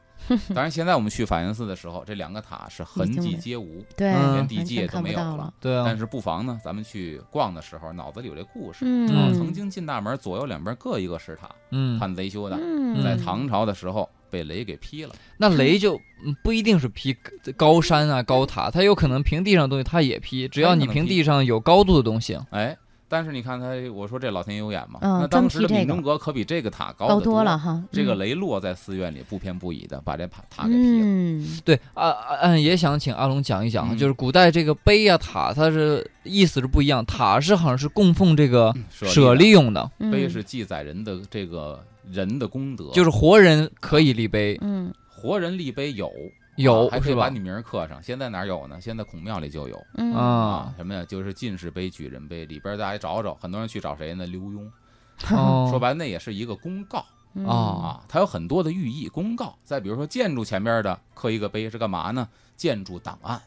Speaker 3: 当然，现在我们去法源寺的时候，这两个塔是痕
Speaker 1: 已经
Speaker 3: 迹
Speaker 1: 没
Speaker 3: 皆无，
Speaker 1: 对，
Speaker 2: 嗯
Speaker 3: 连
Speaker 1: 完
Speaker 3: 地
Speaker 1: 全
Speaker 3: 基也都
Speaker 1: 看不
Speaker 3: 没有
Speaker 1: 到
Speaker 3: 了。。
Speaker 2: 对啊
Speaker 3: 但，是不妨呢，咱们去逛的时候，脑子里有这故事。
Speaker 1: 嗯
Speaker 3: 啊，曾经进大门，左右两边各一个石塔，
Speaker 2: 嗯，
Speaker 3: 判贼修的，
Speaker 1: 嗯
Speaker 3: 在唐朝的时候被雷给劈了。
Speaker 2: 那雷就嗯不一定是劈高山啊高塔，它有可能平地上的东西它也劈，只要你平地上有高度的东西，
Speaker 3: 哎，但是你看他，我说这老天有眼嘛，
Speaker 1: 嗯
Speaker 3: 那当时
Speaker 1: 真
Speaker 3: 的
Speaker 1: 劈这
Speaker 3: 闽
Speaker 1: 个
Speaker 3: 中阁可比这个塔高
Speaker 1: 高
Speaker 3: 得多
Speaker 1: 了。哈，
Speaker 3: 这个
Speaker 1: 嗯
Speaker 3: 雷落在寺院里，不偏不倚的把这塔塔给劈了。
Speaker 1: 嗯
Speaker 2: 对啊啊嗯，也想请阿龙讲一讲，啊
Speaker 3: 嗯
Speaker 2: 就是古代这个碑啊塔，它是意思是不一样，塔是好像是供奉这个
Speaker 3: 嗯
Speaker 2: 舍利用的，
Speaker 1: 嗯
Speaker 3: 啊碑是记载人的这个人的功德，
Speaker 2: 就是活人可以立碑，
Speaker 1: 嗯
Speaker 3: 活人立碑有
Speaker 2: 有
Speaker 3: 啊还可
Speaker 2: 是
Speaker 3: 以把
Speaker 2: 吧？
Speaker 3: 你名儿刻上。现在哪儿有呢？现在孔庙里就有
Speaker 1: 嗯
Speaker 2: 啊，
Speaker 3: 什么呀？就是进士碑、举人碑里边，大家找找，很多人去找谁呢？刘墉。
Speaker 2: 哦，
Speaker 3: 说白了，那也是一个公告。
Speaker 1: 嗯
Speaker 2: 哦
Speaker 3: 啊，它有很多的寓意公告。再比如说建筑前边的刻一个碑是干嘛呢？建筑档案，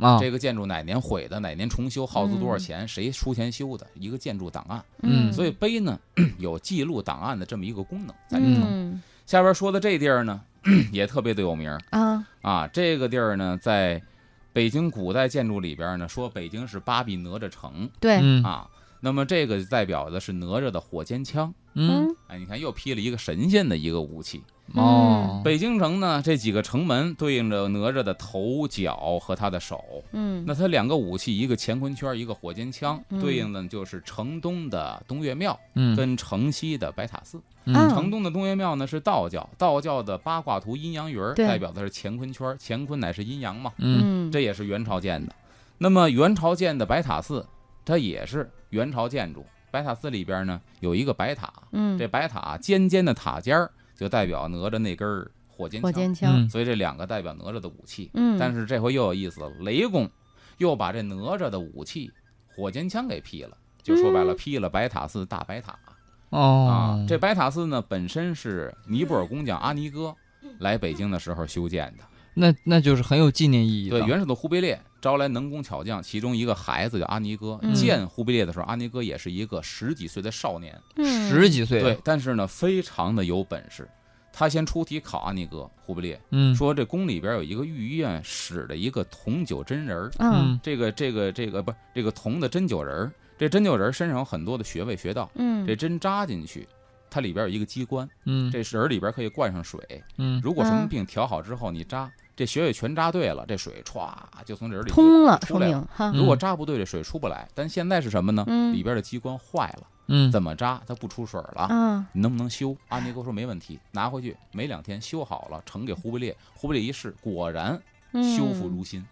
Speaker 2: 啊，
Speaker 3: 这个建筑哪年毁的，哪年重修，耗资多少钱，谁出钱修的，一个建筑档案。
Speaker 2: 嗯
Speaker 3: 所以碑呢 有记录档案的这么一个功能在。
Speaker 1: 嗯
Speaker 3: 下边说的这地儿呢， 也特别的有名儿
Speaker 1: 啊
Speaker 3: 啊。这个地儿呢，在北京古代建筑里边呢，说北京是八臂哪吒城
Speaker 1: 对
Speaker 2: 嗯
Speaker 3: 啊。那么这个代表的是哪吒的火尖枪。
Speaker 2: 嗯
Speaker 3: 哎，你看又劈了一个神仙的一个武器。
Speaker 1: 嗯
Speaker 2: 哦，
Speaker 3: 北京城呢，这几个城门对应着哪吒的头、脚和他的手。
Speaker 1: 嗯
Speaker 3: 那他两个武器，一个乾坤圈，一个火尖枪，
Speaker 1: 嗯
Speaker 3: 对应的就是城东的东岳庙
Speaker 2: 嗯
Speaker 3: 跟城西的白塔寺。
Speaker 1: 嗯
Speaker 3: 城东的东岳庙呢是道教，道教的八卦图阴阳鱼儿
Speaker 1: 对
Speaker 3: 代表的是乾坤圈，乾坤乃是阴阳嘛，
Speaker 2: 嗯
Speaker 1: 嗯
Speaker 3: 这也是元朝建的。那么元朝建的白塔寺，它也是元朝建筑。白塔寺里边呢有一个白塔，
Speaker 1: 嗯
Speaker 3: 这白塔尖尖的塔尖儿就代表哪吒那根儿火尖
Speaker 1: 火
Speaker 3: 枪，
Speaker 1: 尖枪
Speaker 2: 嗯
Speaker 3: 所以这两个代表哪吒的武器。
Speaker 1: 嗯，
Speaker 3: 但是这回又有意思了，雷公又把这哪吒的武器火尖枪给劈了，就说白了劈了白塔寺大白塔啊
Speaker 1: 嗯
Speaker 2: 哦。，
Speaker 3: 这白塔寺呢本身是尼泊尔工匠阿尼哥来北京的时候修建的，
Speaker 2: 那那就是很有纪念意义的，
Speaker 3: 对，原始的忽必烈招来能工巧匠，其中一个孩子叫阿尼哥
Speaker 1: 嗯。
Speaker 3: 建忽必烈的时候，阿尼哥也是一个十几岁的少年，
Speaker 1: 嗯
Speaker 2: 十几岁，
Speaker 3: 对，，但是呢非常的有本事。他先出题考阿尼哥，忽必烈
Speaker 2: 嗯
Speaker 3: 说这宫里边有一个御医院使的一个铜酒真人儿，
Speaker 1: 嗯
Speaker 2: 嗯
Speaker 3: 这个这个这个不这个铜的针灸人儿，这针灸人儿身上有很多的穴位穴道，
Speaker 1: 嗯
Speaker 3: 这针扎进去，它里边有一个机关，
Speaker 2: 嗯
Speaker 3: 这人儿里边可以灌上水，
Speaker 2: 嗯
Speaker 3: 如果什么
Speaker 1: 嗯
Speaker 3: 病调好之后你扎，这穴位全扎对了，这水歘就从人里就
Speaker 1: 通了，
Speaker 3: 出
Speaker 1: 说
Speaker 3: 来
Speaker 1: 明哈
Speaker 2: 嗯
Speaker 3: 如果扎不对，这水出不来。但现在是什么呢？
Speaker 1: 嗯
Speaker 3: 里边的机关坏了，
Speaker 2: 嗯，
Speaker 3: 怎么扎它不出水了？
Speaker 1: 啊
Speaker 3: 你能不能修？阿尼哥说没问题，拿回去没两天修好了，呈给忽必烈。忽必烈一试，果然修复如新。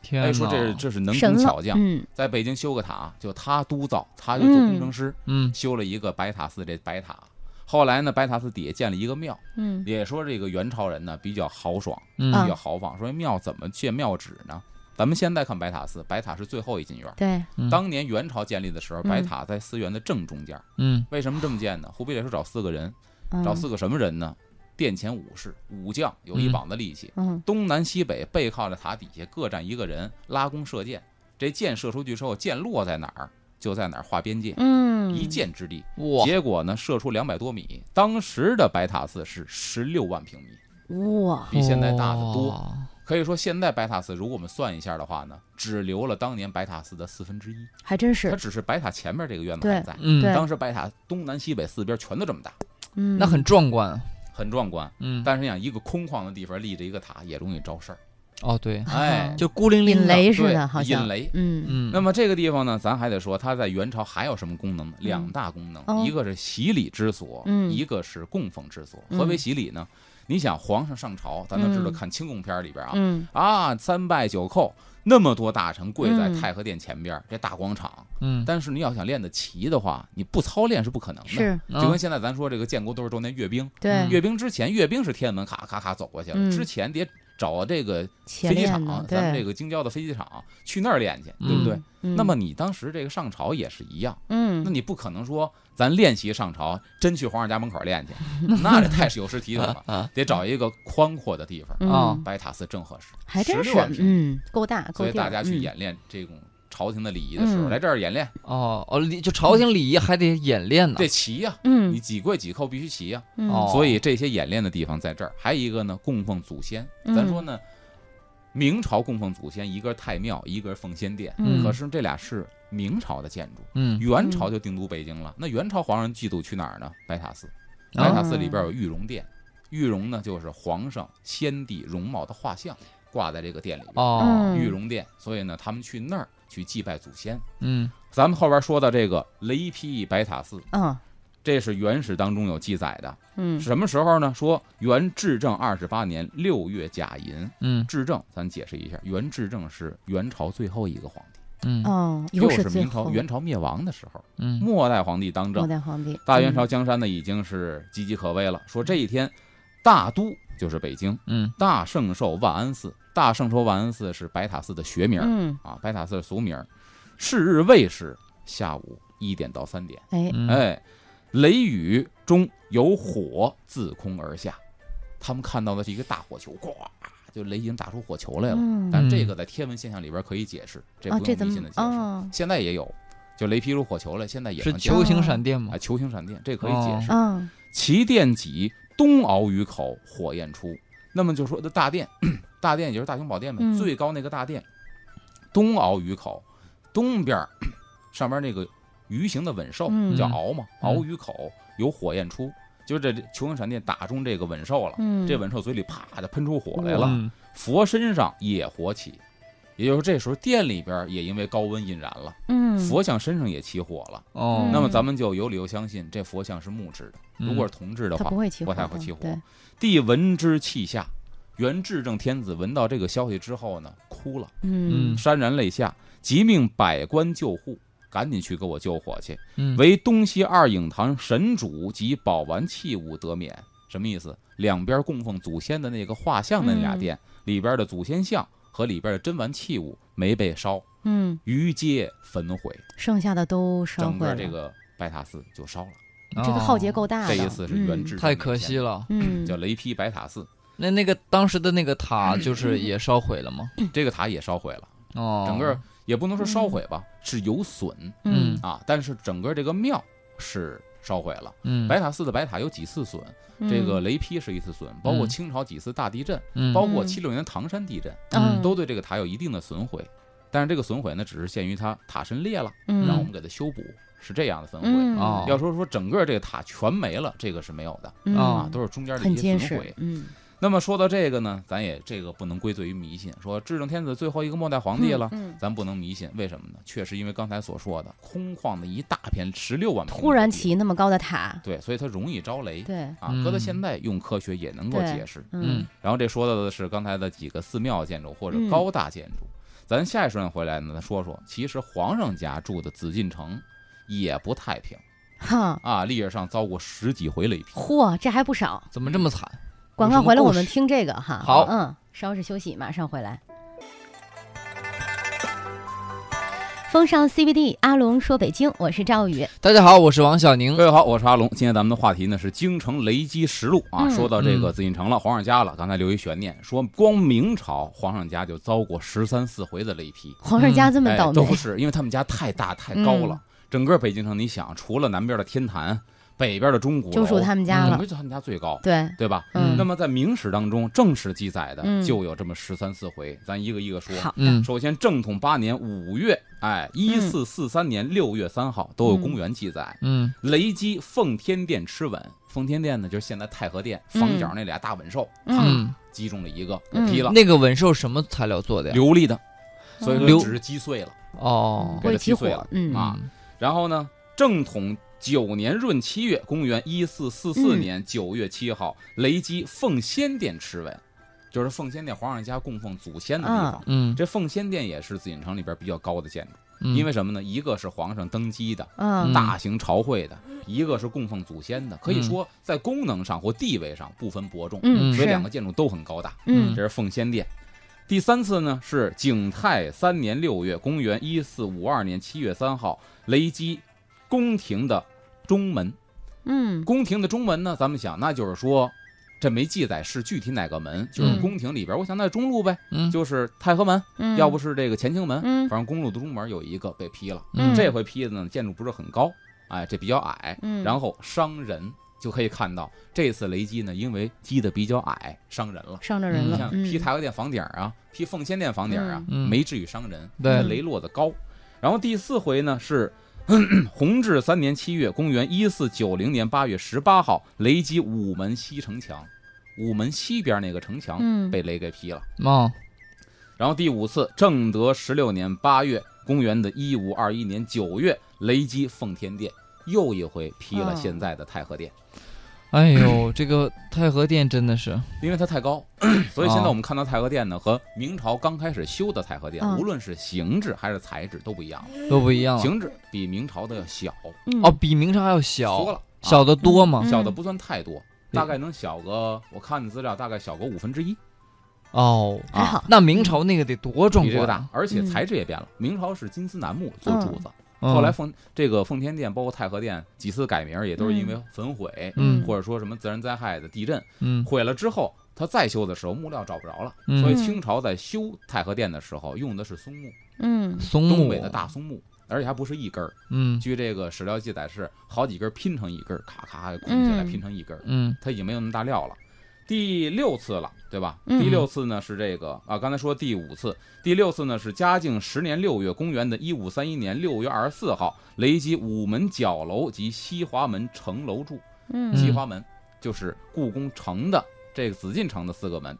Speaker 2: 天
Speaker 3: 哎，说
Speaker 2: 哪
Speaker 3: 这是这是能
Speaker 1: 嗯神
Speaker 3: 工巧
Speaker 1: 了，
Speaker 3: 匠，
Speaker 1: 嗯
Speaker 3: 在北京修个塔，就他督造，他就做工程师，
Speaker 2: 嗯
Speaker 3: 修了一个白塔寺这白塔。后来呢，白塔寺底下建了一个庙，
Speaker 1: 嗯
Speaker 3: 也说这个元朝人呢比较豪爽，
Speaker 2: 嗯
Speaker 1: 啊
Speaker 3: 比较豪放，说庙怎么建庙址呢？咱们现在看白塔寺，白塔是最后一进院儿。
Speaker 1: 对，
Speaker 2: 嗯
Speaker 3: 当年元朝建立的时候，
Speaker 1: 嗯
Speaker 3: 白塔在寺院的正中间。
Speaker 2: 嗯
Speaker 3: 为什么这么建呢？忽必烈说找四个人，
Speaker 1: 嗯
Speaker 3: 找四个什么人呢？殿前武士、武将，有一
Speaker 2: 嗯
Speaker 3: 膀子力气，
Speaker 1: 嗯
Speaker 3: 东南西北背靠着塔底下各站一个人，拉弓射箭。这箭射出去之后，箭落在哪儿就在哪儿画边界，
Speaker 1: 嗯
Speaker 3: 一箭之地。
Speaker 2: 哇
Speaker 3: 结果呢，射出两百多米。当时的白塔寺是十六万平米，
Speaker 1: 哇
Speaker 2: 哦
Speaker 3: 比现在大得多。
Speaker 2: 哇
Speaker 3: 可以说，现在白塔寺如果我们算一下的话呢，只留了当年白塔寺的四分之一。
Speaker 1: 还真
Speaker 3: 它
Speaker 1: 是
Speaker 3: 只是白塔前面这个院子
Speaker 1: 对
Speaker 3: 还在。
Speaker 2: 嗯
Speaker 1: 对
Speaker 3: 当时白塔东南西北四边全都这么大，
Speaker 1: 嗯
Speaker 2: 那很壮观，
Speaker 3: 很壮观。
Speaker 2: 嗯
Speaker 3: 但是你想，一个空旷的地方立着一个塔，也容易招事儿。
Speaker 2: 哦对，
Speaker 3: 哎
Speaker 2: 就孤零零
Speaker 1: 啊引
Speaker 2: 的，
Speaker 1: 雷似
Speaker 3: 对
Speaker 1: 的，好像
Speaker 3: 引雷
Speaker 1: 嗯
Speaker 2: 嗯，
Speaker 3: 那么这个地方呢，咱还得说，它在元朝还有什么功能呢？两大功能，
Speaker 1: 嗯哦
Speaker 3: 一个是洗礼之所，
Speaker 1: 嗯
Speaker 3: 一个是供奉之所。
Speaker 1: 嗯
Speaker 3: 何为洗礼呢？你想皇上上朝，咱都知道
Speaker 1: 嗯
Speaker 3: 看清宫片儿里边啊，
Speaker 1: 嗯
Speaker 3: 啊三拜九叩，那么多大臣跪在
Speaker 1: 嗯
Speaker 3: 太和殿前边儿、这大广场。
Speaker 2: 嗯
Speaker 3: 但是你要想练得齐的话，你不操练是不可能的。
Speaker 1: 是
Speaker 2: 啊
Speaker 3: 就跟现在咱说这个建国多少周年阅兵，
Speaker 1: 对
Speaker 2: 嗯
Speaker 3: 阅兵之前，阅兵是天安门咔咔咔走过去了，
Speaker 1: 嗯
Speaker 3: 之前得找这个
Speaker 1: 前
Speaker 3: 飞机
Speaker 1: 面
Speaker 3: 场啊
Speaker 1: 呢，，
Speaker 3: 咱们这
Speaker 1: 对
Speaker 3: 个京郊的飞机场去那儿练去，对不对？？
Speaker 1: 嗯
Speaker 3: 那么你当时这个上朝也是一样，
Speaker 1: 嗯
Speaker 3: 那你不可能说咱练习上朝，真去皇上家门口 练去，那这太是有失体统了，得找一个宽阔的地方，
Speaker 1: 啊嗯
Speaker 2: 啊
Speaker 3: 白塔寺正合适，
Speaker 1: 还真
Speaker 3: 16
Speaker 1: 是
Speaker 3: 万平米
Speaker 1: 嗯够大够
Speaker 3: 所以
Speaker 1: 地儿
Speaker 3: 大家去
Speaker 1: 嗯
Speaker 3: 演练这种朝廷的礼仪的时候，
Speaker 1: 嗯
Speaker 3: 来这儿演练，
Speaker 2: 哦哦，礼就朝
Speaker 3: 嗯
Speaker 2: 廷礼仪还得演练呢
Speaker 3: 这，齐呀、你
Speaker 1: 嗯
Speaker 3: 几跪几叩必须齐呀、
Speaker 1: 嗯
Speaker 2: 哦
Speaker 3: 所以这些演练的地方在这儿，还有一个呢，供奉祖先。
Speaker 1: 嗯
Speaker 3: 咱说呢，明朝供奉祖先，一个是太庙，一个是奉先殿。
Speaker 1: 嗯
Speaker 3: 可是这俩是明朝的建筑，
Speaker 2: 嗯，
Speaker 3: 元朝就定都北京了。那元朝皇上祭祖去哪儿呢？白塔寺，
Speaker 2: 哦啊
Speaker 3: 白
Speaker 1: 嗯
Speaker 3: 塔寺里边有玉容殿，玉容呢就是皇上、先帝容貌的画像挂在这个殿里边，
Speaker 2: 哦，
Speaker 3: 玉容殿。所以呢，他们去那儿去祭拜祖先。
Speaker 2: 嗯
Speaker 3: 咱们后边说到这个雷劈白塔寺，
Speaker 1: 嗯
Speaker 3: 这是原始当中有记载的。
Speaker 1: 嗯
Speaker 3: 什么时候呢？说元至正二十八年六月甲寅，
Speaker 2: 嗯
Speaker 3: 至正，咱解释一下，元至正是元朝最后一个皇帝，
Speaker 2: 嗯
Speaker 1: 哦，
Speaker 3: 又
Speaker 1: 又
Speaker 3: 是
Speaker 1: 最
Speaker 3: 明朝
Speaker 1: 后
Speaker 3: 元朝灭亡的时候，
Speaker 2: 嗯，
Speaker 3: 末代皇帝当
Speaker 1: 末
Speaker 3: 政，
Speaker 1: 代皇帝嗯
Speaker 3: 大元朝江山呢已经是岌岌可危了。说这一天，大都就是北京，
Speaker 2: 嗯
Speaker 3: 大圣寿万安寺，大圣寿万安寺是白塔寺的学名儿
Speaker 1: 嗯
Speaker 3: 啊，白塔寺的俗名儿，是日未时，下午一点到三点，
Speaker 1: 哎
Speaker 2: 嗯，
Speaker 3: 哎，雷雨中有火自空而下，他们看到的是一个大火球，呱，就雷已经打出火球来了。
Speaker 1: 嗯
Speaker 3: 但这个在天文现象里边可以解释，这
Speaker 1: 哦
Speaker 3: 不
Speaker 1: 这
Speaker 3: 用
Speaker 1: 怎么
Speaker 3: 迷信的解释。
Speaker 1: 哦
Speaker 3: 现在也有，就雷劈出火球来，现在也
Speaker 2: 是
Speaker 3: 能解释
Speaker 2: 球形闪电吗
Speaker 3: 哎，？球形闪电，这可以解释。
Speaker 1: 嗯
Speaker 3: 其电己，东敖于口，火焰出。那么就说的大殿， 大殿也就是大雄宝殿呗，
Speaker 1: 嗯
Speaker 3: 最高那个大殿，东敖于口，东边儿 上面那个鱼形的吻兽、
Speaker 1: 嗯
Speaker 3: 叫敖嘛，
Speaker 2: 嗯
Speaker 3: 敖于口有火焰出，就是这球形闪电打中这个吻兽了，
Speaker 1: 嗯
Speaker 3: 这吻兽嘴里啪就喷出火来
Speaker 1: 嗯
Speaker 3: 了，佛身上也火起。也就是这时候，殿里边也因为高温引燃了，
Speaker 1: 嗯
Speaker 3: 佛像身上也起火了。
Speaker 2: 哦，嗯
Speaker 3: 那么咱们就有理由相信，这佛像是木质的。
Speaker 1: 嗯
Speaker 3: 如果是铜制的
Speaker 1: 他
Speaker 3: 话
Speaker 1: 不，会起
Speaker 3: 不
Speaker 1: 火
Speaker 3: 太
Speaker 1: 的，
Speaker 3: 会起火
Speaker 1: 对
Speaker 3: 帝闻之气下，元至正天子闻到这个消息之后呢，哭了，
Speaker 1: 嗯
Speaker 3: 潸然泪下，即命百官救护，赶紧去给我救火去。
Speaker 2: 嗯
Speaker 3: 唯东西二影堂神主及保完器物得免。什么意思？两边供奉祖先的那个画像的那俩殿、
Speaker 1: 嗯
Speaker 3: 里边的祖先像和里边的真完器物没被烧，
Speaker 1: 嗯，
Speaker 3: 余皆焚毁，
Speaker 1: 剩下的都烧
Speaker 3: 整
Speaker 1: 毁
Speaker 3: 个
Speaker 1: 了，
Speaker 3: 这个白塔寺就烧了。
Speaker 1: 这个浩劫够大的，
Speaker 3: 哦这一次是元至，
Speaker 2: 太可惜
Speaker 3: 了，
Speaker 2: 了。
Speaker 1: 嗯，
Speaker 3: 叫
Speaker 1: 嗯，
Speaker 3: 雷劈白塔寺，
Speaker 2: 那那个当时的那个塔
Speaker 3: 嗯
Speaker 2: 就是也烧毁了吗？
Speaker 3: 这个塔也烧毁了。
Speaker 2: 哦，
Speaker 3: 整个也不能说烧毁吧，是有损
Speaker 1: 嗯
Speaker 3: 啊，但是整个这个庙是烧毁了。
Speaker 2: 嗯
Speaker 3: 白塔寺的白塔有几次损，
Speaker 1: 嗯
Speaker 3: 这个雷劈是一次损，包括
Speaker 2: 嗯
Speaker 3: 清朝几次大地震，
Speaker 2: 嗯
Speaker 3: 包括七六年唐山地震，
Speaker 1: 嗯
Speaker 3: 都对这个塔有一定的损毁。但是这个损毁呢，只是限于它塔身裂了，
Speaker 1: 嗯
Speaker 3: 然后我们给它修补，是这样的损毁。
Speaker 1: 嗯
Speaker 2: 哦
Speaker 3: 要说说整个这个塔全没了，这个是没有的
Speaker 1: 嗯
Speaker 3: 啊，都是中间的
Speaker 1: 很
Speaker 3: 一些
Speaker 1: 坚
Speaker 3: 损
Speaker 1: 实
Speaker 3: 毁，。
Speaker 1: 嗯
Speaker 3: 那么说到这个呢，咱也这个不能归罪于迷信，说至正天子最后一个末代皇帝了，
Speaker 1: 嗯嗯
Speaker 3: 咱不能迷信，为什么呢？确实因为刚才所说的空旷的一大片十六万平米
Speaker 1: 突然
Speaker 3: 的地
Speaker 1: 起那么高的塔
Speaker 3: 方，，对，所以它容易招雷。
Speaker 1: 对，
Speaker 3: 啊，
Speaker 2: 嗯
Speaker 3: 搁到现在用科学也能够
Speaker 1: 对
Speaker 3: 解释。
Speaker 2: 嗯
Speaker 1: 嗯
Speaker 3: 然后这说到的是刚才的几个寺庙建筑或者
Speaker 1: 嗯
Speaker 3: 高大建筑，咱下一段回来呢，咱说说，其实皇上家住的紫禁城也不太平
Speaker 1: 哈，
Speaker 3: 啊，历史上遭过十几回雷劈。
Speaker 1: 嚯，这还不少。
Speaker 2: 怎么这么惨？
Speaker 1: 广
Speaker 2: 有
Speaker 1: 告
Speaker 2: 什么
Speaker 1: 回来，
Speaker 2: 故
Speaker 1: 我们
Speaker 2: 事
Speaker 1: 听这个哈。
Speaker 2: 好
Speaker 1: 嗯，稍事休息，马上回来。风尚 CBD，阿龙说北京，我是赵宇。
Speaker 2: 大家好，我是王小宁
Speaker 1: 嗯
Speaker 3: 各。位哎好，我是阿龙。今天咱们的话题呢是京城雷击实录啊。
Speaker 1: 嗯
Speaker 3: 说到这个紫禁城了，皇上家了，刚才留一悬念，说光明朝皇上家就遭过十三四回的雷劈。
Speaker 1: 皇上家这么
Speaker 3: 哎
Speaker 1: 倒霉，
Speaker 3: 都是因为他们家太大太高了。
Speaker 1: 嗯
Speaker 3: 整个北京城，你想，除了南边的天坛，北边的钟鼓楼，
Speaker 1: 就属他们家
Speaker 3: 嗯
Speaker 1: 了。
Speaker 3: 就他们家最高，
Speaker 1: 对，
Speaker 3: 对吧？
Speaker 2: 嗯
Speaker 3: 那么在明史当中正史记载的
Speaker 1: 嗯
Speaker 3: 就有这么十三四回，咱一个一个说。
Speaker 1: 好嗯的，
Speaker 2: 嗯，
Speaker 3: 首先，正统八年五月，哎，一四四三年六月三号都有公元记载，
Speaker 2: 嗯
Speaker 3: 雷击奉天殿吃吻。奉天殿呢，就是现在太和殿房角那俩大吻兽，
Speaker 1: 嗯，
Speaker 3: 击中了一个，
Speaker 1: 嗯
Speaker 3: 劈了，
Speaker 2: 那个吻兽什么材料做的呀？
Speaker 3: 流利的，所以
Speaker 2: 流
Speaker 3: 说只是击碎了。
Speaker 2: 哦，
Speaker 1: 会起
Speaker 3: 给它踢碎
Speaker 1: 火
Speaker 3: 了，
Speaker 1: 嗯
Speaker 3: 啊然后呢，正统九年闰七月，公元一四四四
Speaker 1: 嗯
Speaker 3: 年九月七号，雷击奉先殿吃吻，就是奉先殿皇上家供奉祖先的地方。
Speaker 2: 嗯，
Speaker 3: 这奉先殿也是紫禁城里边比较高的建筑，
Speaker 2: 嗯
Speaker 3: 因为什么呢？一个是皇上登基的。
Speaker 1: 嗯
Speaker 2: 嗯
Speaker 3: 大型朝会的，一个是供奉祖先的，可以
Speaker 2: 嗯
Speaker 3: 说在功能上或地位上不分伯仲，
Speaker 1: 嗯
Speaker 3: 所以
Speaker 1: 是
Speaker 3: 两个建筑都很高大。
Speaker 1: 嗯
Speaker 3: 这是奉先殿。第三次呢是景泰三年六月，公元一四五二年七月三号，雷击宫廷的中门。
Speaker 1: 嗯
Speaker 3: 宫廷的中门呢，咱们想那就是说，这没记载是具体哪个门，就是
Speaker 1: 嗯
Speaker 3: 宫廷里边，我想那就中路呗，
Speaker 2: 嗯
Speaker 3: 就是太和门，
Speaker 1: 嗯，
Speaker 3: 要不是这个乾清门，
Speaker 1: 嗯
Speaker 3: 反正公路的中门有一个被劈了。
Speaker 1: 嗯
Speaker 3: 这回劈的呢，建筑不是很高，哎，这比较矮，
Speaker 1: 嗯，
Speaker 3: 然后伤人。就可以看到这次雷击呢，因为击的比较矮，伤人了。
Speaker 1: 伤着人
Speaker 3: 你
Speaker 1: 了
Speaker 3: 像，
Speaker 1: 嗯
Speaker 3: 劈太和殿房顶儿啊，劈奉先殿房顶儿啊，
Speaker 2: 嗯
Speaker 3: 没至于伤人，
Speaker 2: 对
Speaker 3: 这雷落的高。然后第四回呢是 弘治三年七月，公元一四九零年八月十八号，雷击午门西城墙，午门西边那个城墙
Speaker 1: 嗯
Speaker 3: 被雷给劈了。
Speaker 2: 哦，
Speaker 3: 然后第五次，正德十六年八月，公元的一五二一年九月，雷击奉天殿，又一回劈了
Speaker 1: 哦
Speaker 3: 现在的太和殿。
Speaker 2: 哎呦，这个太和殿真的是，
Speaker 3: 因为它太 高，所以现在
Speaker 2: 哦
Speaker 3: 我们看到太和殿呢，和明朝刚开始修的太和殿，
Speaker 1: 嗯
Speaker 3: 无论是形制还是材质都不一样了。
Speaker 2: 都不一样了。
Speaker 3: 形制比明朝的要小，
Speaker 1: 嗯
Speaker 2: 哦，，比明朝还要
Speaker 3: 缩
Speaker 2: 小，
Speaker 3: 了，啊
Speaker 2: 小的多吗？
Speaker 1: 嗯
Speaker 3: 小的不算太多，大概能小个，我看的资料大概小个五分之一，
Speaker 2: 哦，
Speaker 1: 还好，
Speaker 2: 那明朝那个得多壮
Speaker 3: 比这个
Speaker 2: 观
Speaker 3: 大
Speaker 2: 啊！，
Speaker 3: 而且
Speaker 1: 嗯
Speaker 3: 材质也变了。明朝是金丝楠木做柱子，
Speaker 2: 嗯
Speaker 3: 后来奉这个奉天殿包括太和殿几次改名，也都是因为焚毁
Speaker 2: 嗯
Speaker 3: 或者说什么自然灾害的地震
Speaker 2: 嗯
Speaker 3: 毁了之后。它再修的时候，木料找不着了，
Speaker 2: 嗯
Speaker 3: 所以清朝在修太和殿的时候用的是松木，
Speaker 1: 嗯
Speaker 2: 松
Speaker 3: 东
Speaker 2: 木
Speaker 3: 北的大松木，而且还不是一根儿。
Speaker 2: 嗯
Speaker 3: 据这个史料记载是好几根儿拼成一根儿，咔咔给捆起来
Speaker 1: 嗯
Speaker 3: 拼成一根儿，
Speaker 2: 嗯
Speaker 3: 它已经没有那么大料了。第六次了，对吧？
Speaker 1: 嗯
Speaker 3: 第六次呢是这个啊，刚才说第五次，第六次呢是嘉靖十年六月，公元的一五三一年六月二十四号，雷击午门角楼及西华门城楼柱。西
Speaker 1: 嗯
Speaker 2: 嗯
Speaker 3: 华门就是故宫城的这个紫禁城的四个门，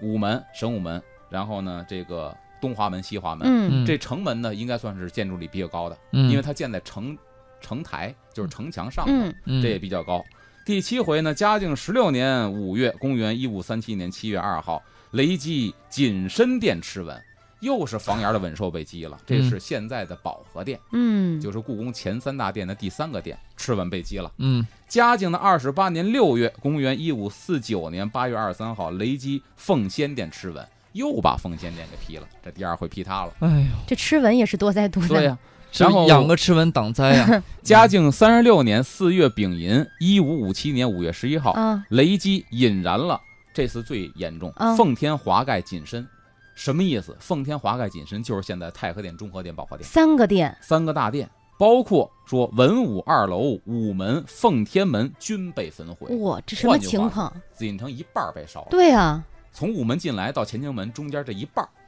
Speaker 3: 午门、神武门，然后呢这个东华门、西华门。
Speaker 1: 嗯
Speaker 2: 嗯，
Speaker 3: 这城门呢，应该算是建筑里比较高的，
Speaker 2: 嗯
Speaker 3: 因为它建在城城台，就是城墙上面，
Speaker 1: 嗯
Speaker 2: 嗯
Speaker 3: 这也比较高。第七回呢，嘉靖十六年五月，公元一五三七年七月二号，雷击锦深殿吃吻，又是房檐的吻兽被击了，这是现在的保和殿，
Speaker 1: 嗯，
Speaker 3: 就是故宫前三大殿的第三个殿，吃吻被击了。
Speaker 2: 嗯
Speaker 3: 嘉靖的二十八年六月，公元一五四九年八月二十三号，雷击奉先殿吃吻，又把奉先殿给劈了，这第二回劈他了。
Speaker 2: 哎呦，
Speaker 1: 这吃文也是多灾多
Speaker 3: 对
Speaker 1: 难，
Speaker 3: 呀、
Speaker 2: 这
Speaker 3: 啊然后
Speaker 2: 养个吃文挡灾啊 呀！
Speaker 3: 嘉靖三十六年四月丙寅，一五五七年五月十一号，
Speaker 1: 啊，
Speaker 3: 雷击引燃了，这次最严重
Speaker 1: 嗯。
Speaker 3: 奉天华盖紧身，什么意思？奉天华盖紧身就是现在太和殿、中和殿、保和殿
Speaker 1: 三个店，
Speaker 3: 三个大殿，包括说文武二楼、午门、奉天门均被焚毁，
Speaker 1: 哇，这什么情况？
Speaker 3: 紫禁城一半儿被烧了。
Speaker 1: 哦对啊，
Speaker 3: 从午门进来到乾清门中间这一半儿，哎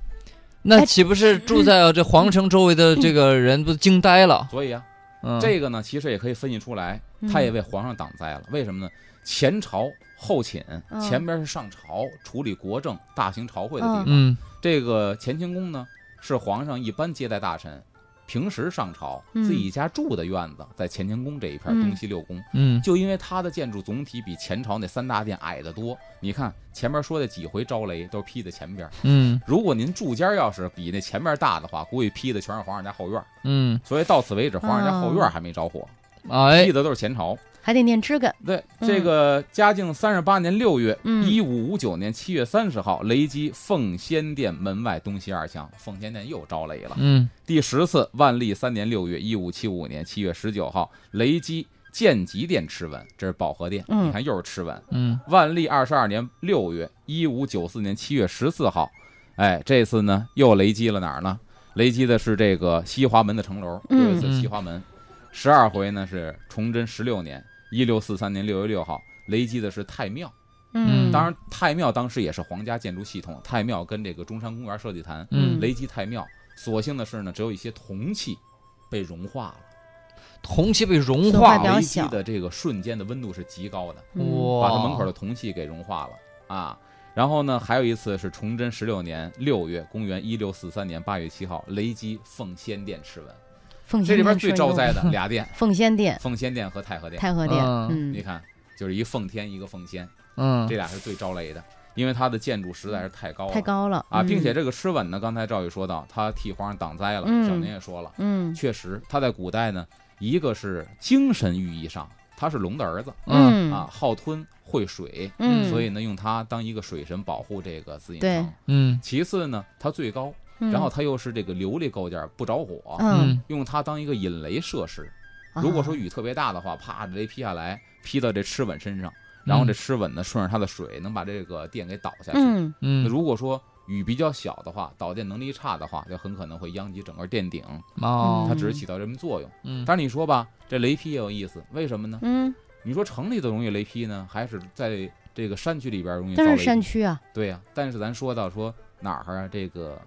Speaker 2: 那岂不是住在呃这皇城周围的这个人不惊呆了？
Speaker 3: 所以啊，
Speaker 2: 嗯，
Speaker 3: 这个呢其实也可以分析出来，
Speaker 1: 嗯
Speaker 3: 他也为皇上挡灾了。为什么呢？前朝后寝
Speaker 1: 嗯，
Speaker 3: 前边是上朝处理国政、大型朝会的地方。
Speaker 2: 嗯
Speaker 3: 这个乾清宫呢，是皇上一般接待大臣，平时上朝
Speaker 1: 嗯
Speaker 3: 自己家住的院子，在乾清宫这一片儿
Speaker 1: 嗯
Speaker 3: 东西六宫，
Speaker 2: 嗯
Speaker 3: 就因为它的建筑总体比前朝那三大殿矮得多。你看前面说的几回招雷都是劈在前边儿，
Speaker 2: 嗯
Speaker 3: 如果您住家要是比那前面大的话，估计劈的全是皇上家后院儿。
Speaker 2: 嗯，
Speaker 3: 所以到此为止，皇上家后院儿还没着火，
Speaker 2: 哎
Speaker 3: 劈，的都是前朝。
Speaker 1: 还得念知个，
Speaker 3: 对，
Speaker 1: 嗯
Speaker 3: 这个嘉靖三十八年六月，
Speaker 1: 嗯
Speaker 3: 一五五九年七月三十号，雷击奉先殿门外东西二墙，奉先殿又招雷了。
Speaker 2: 嗯
Speaker 3: 第十次，万历三年六月，一五七五年七月十九号，雷击建极殿螭吻，这是保和殿，
Speaker 1: 嗯
Speaker 3: 你看又是螭吻。
Speaker 2: 嗯
Speaker 3: 万历二十二年六月，一五九四年七月十四号，哎，这次呢又雷击了哪儿呢？雷击的是这个西华门的城楼，又
Speaker 1: 嗯
Speaker 3: 一次西华门。十二回呢是崇祯十六年一六四三年六月六号，雷击的是太庙。
Speaker 1: 嗯，
Speaker 3: 当然，太庙当时也是皇家建筑系统，太庙跟这个中山公园设计坛
Speaker 1: 嗯
Speaker 2: 嗯，
Speaker 3: 雷击太庙。所幸的是呢，只有一些铜器被融化了。
Speaker 2: 铜器被融
Speaker 1: 说话
Speaker 2: 化
Speaker 1: 比较
Speaker 2: 了，
Speaker 3: 雷击
Speaker 1: 小
Speaker 3: 的这个瞬间的温度是极高的。
Speaker 1: 嗯
Speaker 2: 哇，
Speaker 3: 把他门口的铜器给融化了啊。然后呢，还有一次是崇祯十六年六月，公元一六四三年八月七号，雷击奉先殿螭吻。
Speaker 1: 奉
Speaker 3: 这
Speaker 1: 先
Speaker 3: 里边
Speaker 1: 殿
Speaker 3: 最
Speaker 1: 说
Speaker 3: 招
Speaker 1: 一
Speaker 3: 灾
Speaker 1: 个
Speaker 3: 的 俩殿，
Speaker 1: 奉先殿、
Speaker 3: 奉先殿和太和殿。
Speaker 1: 太和殿，
Speaker 2: 嗯
Speaker 3: 你
Speaker 1: 嗯
Speaker 3: 看，就是一奉天，一个奉先，
Speaker 2: 嗯
Speaker 3: 这俩是最招雷的，因为它的建筑实在是太高了。
Speaker 1: 太高嗯了
Speaker 3: 啊，并且
Speaker 1: 这
Speaker 3: 这个螭吻呢，刚才赵宇说到，他替皇上挡灾了，
Speaker 1: 嗯
Speaker 3: 小宁也说了，
Speaker 1: 嗯
Speaker 3: 确实，他在古代呢，一个是精神寓意上，他是龙的儿子
Speaker 2: 嗯
Speaker 1: 嗯
Speaker 3: 啊，好吞会水，
Speaker 1: 嗯，
Speaker 3: 所以呢，用它当一个水神保护这个紫禁
Speaker 1: 对
Speaker 3: 城。
Speaker 2: 嗯
Speaker 3: 其次呢，它最高，
Speaker 1: 嗯
Speaker 3: 然后它又是这个琉璃构件，不着火，
Speaker 1: 嗯，啊
Speaker 2: 嗯
Speaker 3: 用它当一个引雷设施。如果说雨特别大的话，啪，雷劈下来，劈到这螭吻身上，
Speaker 1: 嗯
Speaker 3: 然后这螭吻呢，顺着它的水能把这个电给导下去。
Speaker 1: 嗯
Speaker 3: 那
Speaker 2: 嗯，
Speaker 3: 如果说雨比较小的话，导电能力差的话，就很可能会殃及整个殿顶，
Speaker 2: 哦，
Speaker 3: 它只是起到这么作用。
Speaker 2: 嗯
Speaker 3: 但是你说吧，这雷劈也有意思，为什么呢？
Speaker 1: 嗯，
Speaker 3: 你说城里头容易雷劈呢，还是在这个山区里边容易遭
Speaker 1: 但
Speaker 3: 雷
Speaker 1: 是
Speaker 3: 劈？
Speaker 1: 山区啊，
Speaker 3: 对呀、但是咱说到说哪儿啊？这个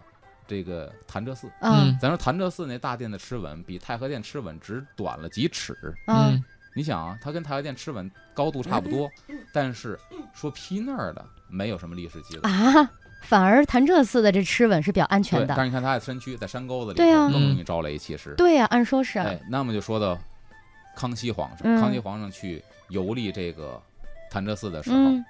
Speaker 3: 这个潭柘寺，
Speaker 1: 嗯
Speaker 3: 咱说潭柘寺那大殿的螭吻比太和殿螭吻只短了几尺。
Speaker 1: 嗯
Speaker 2: 嗯
Speaker 3: 你想啊，它跟太和殿螭吻高度差不多，
Speaker 1: 嗯
Speaker 3: 但是说劈那儿的没有什么历史记录。
Speaker 1: 啊，反而潭柘寺的这螭吻是比较安
Speaker 3: 对
Speaker 1: 全，
Speaker 3: 但是
Speaker 1: 的，
Speaker 3: 你看它在山区，在山沟子里
Speaker 1: 对呀
Speaker 3: 头更容易招雷。其实，
Speaker 1: 对呀，按说是，啊
Speaker 3: 哎，那么就说到康熙皇上，
Speaker 1: 嗯
Speaker 3: 康熙皇上去游历这个潭柘寺的时候，
Speaker 1: 嗯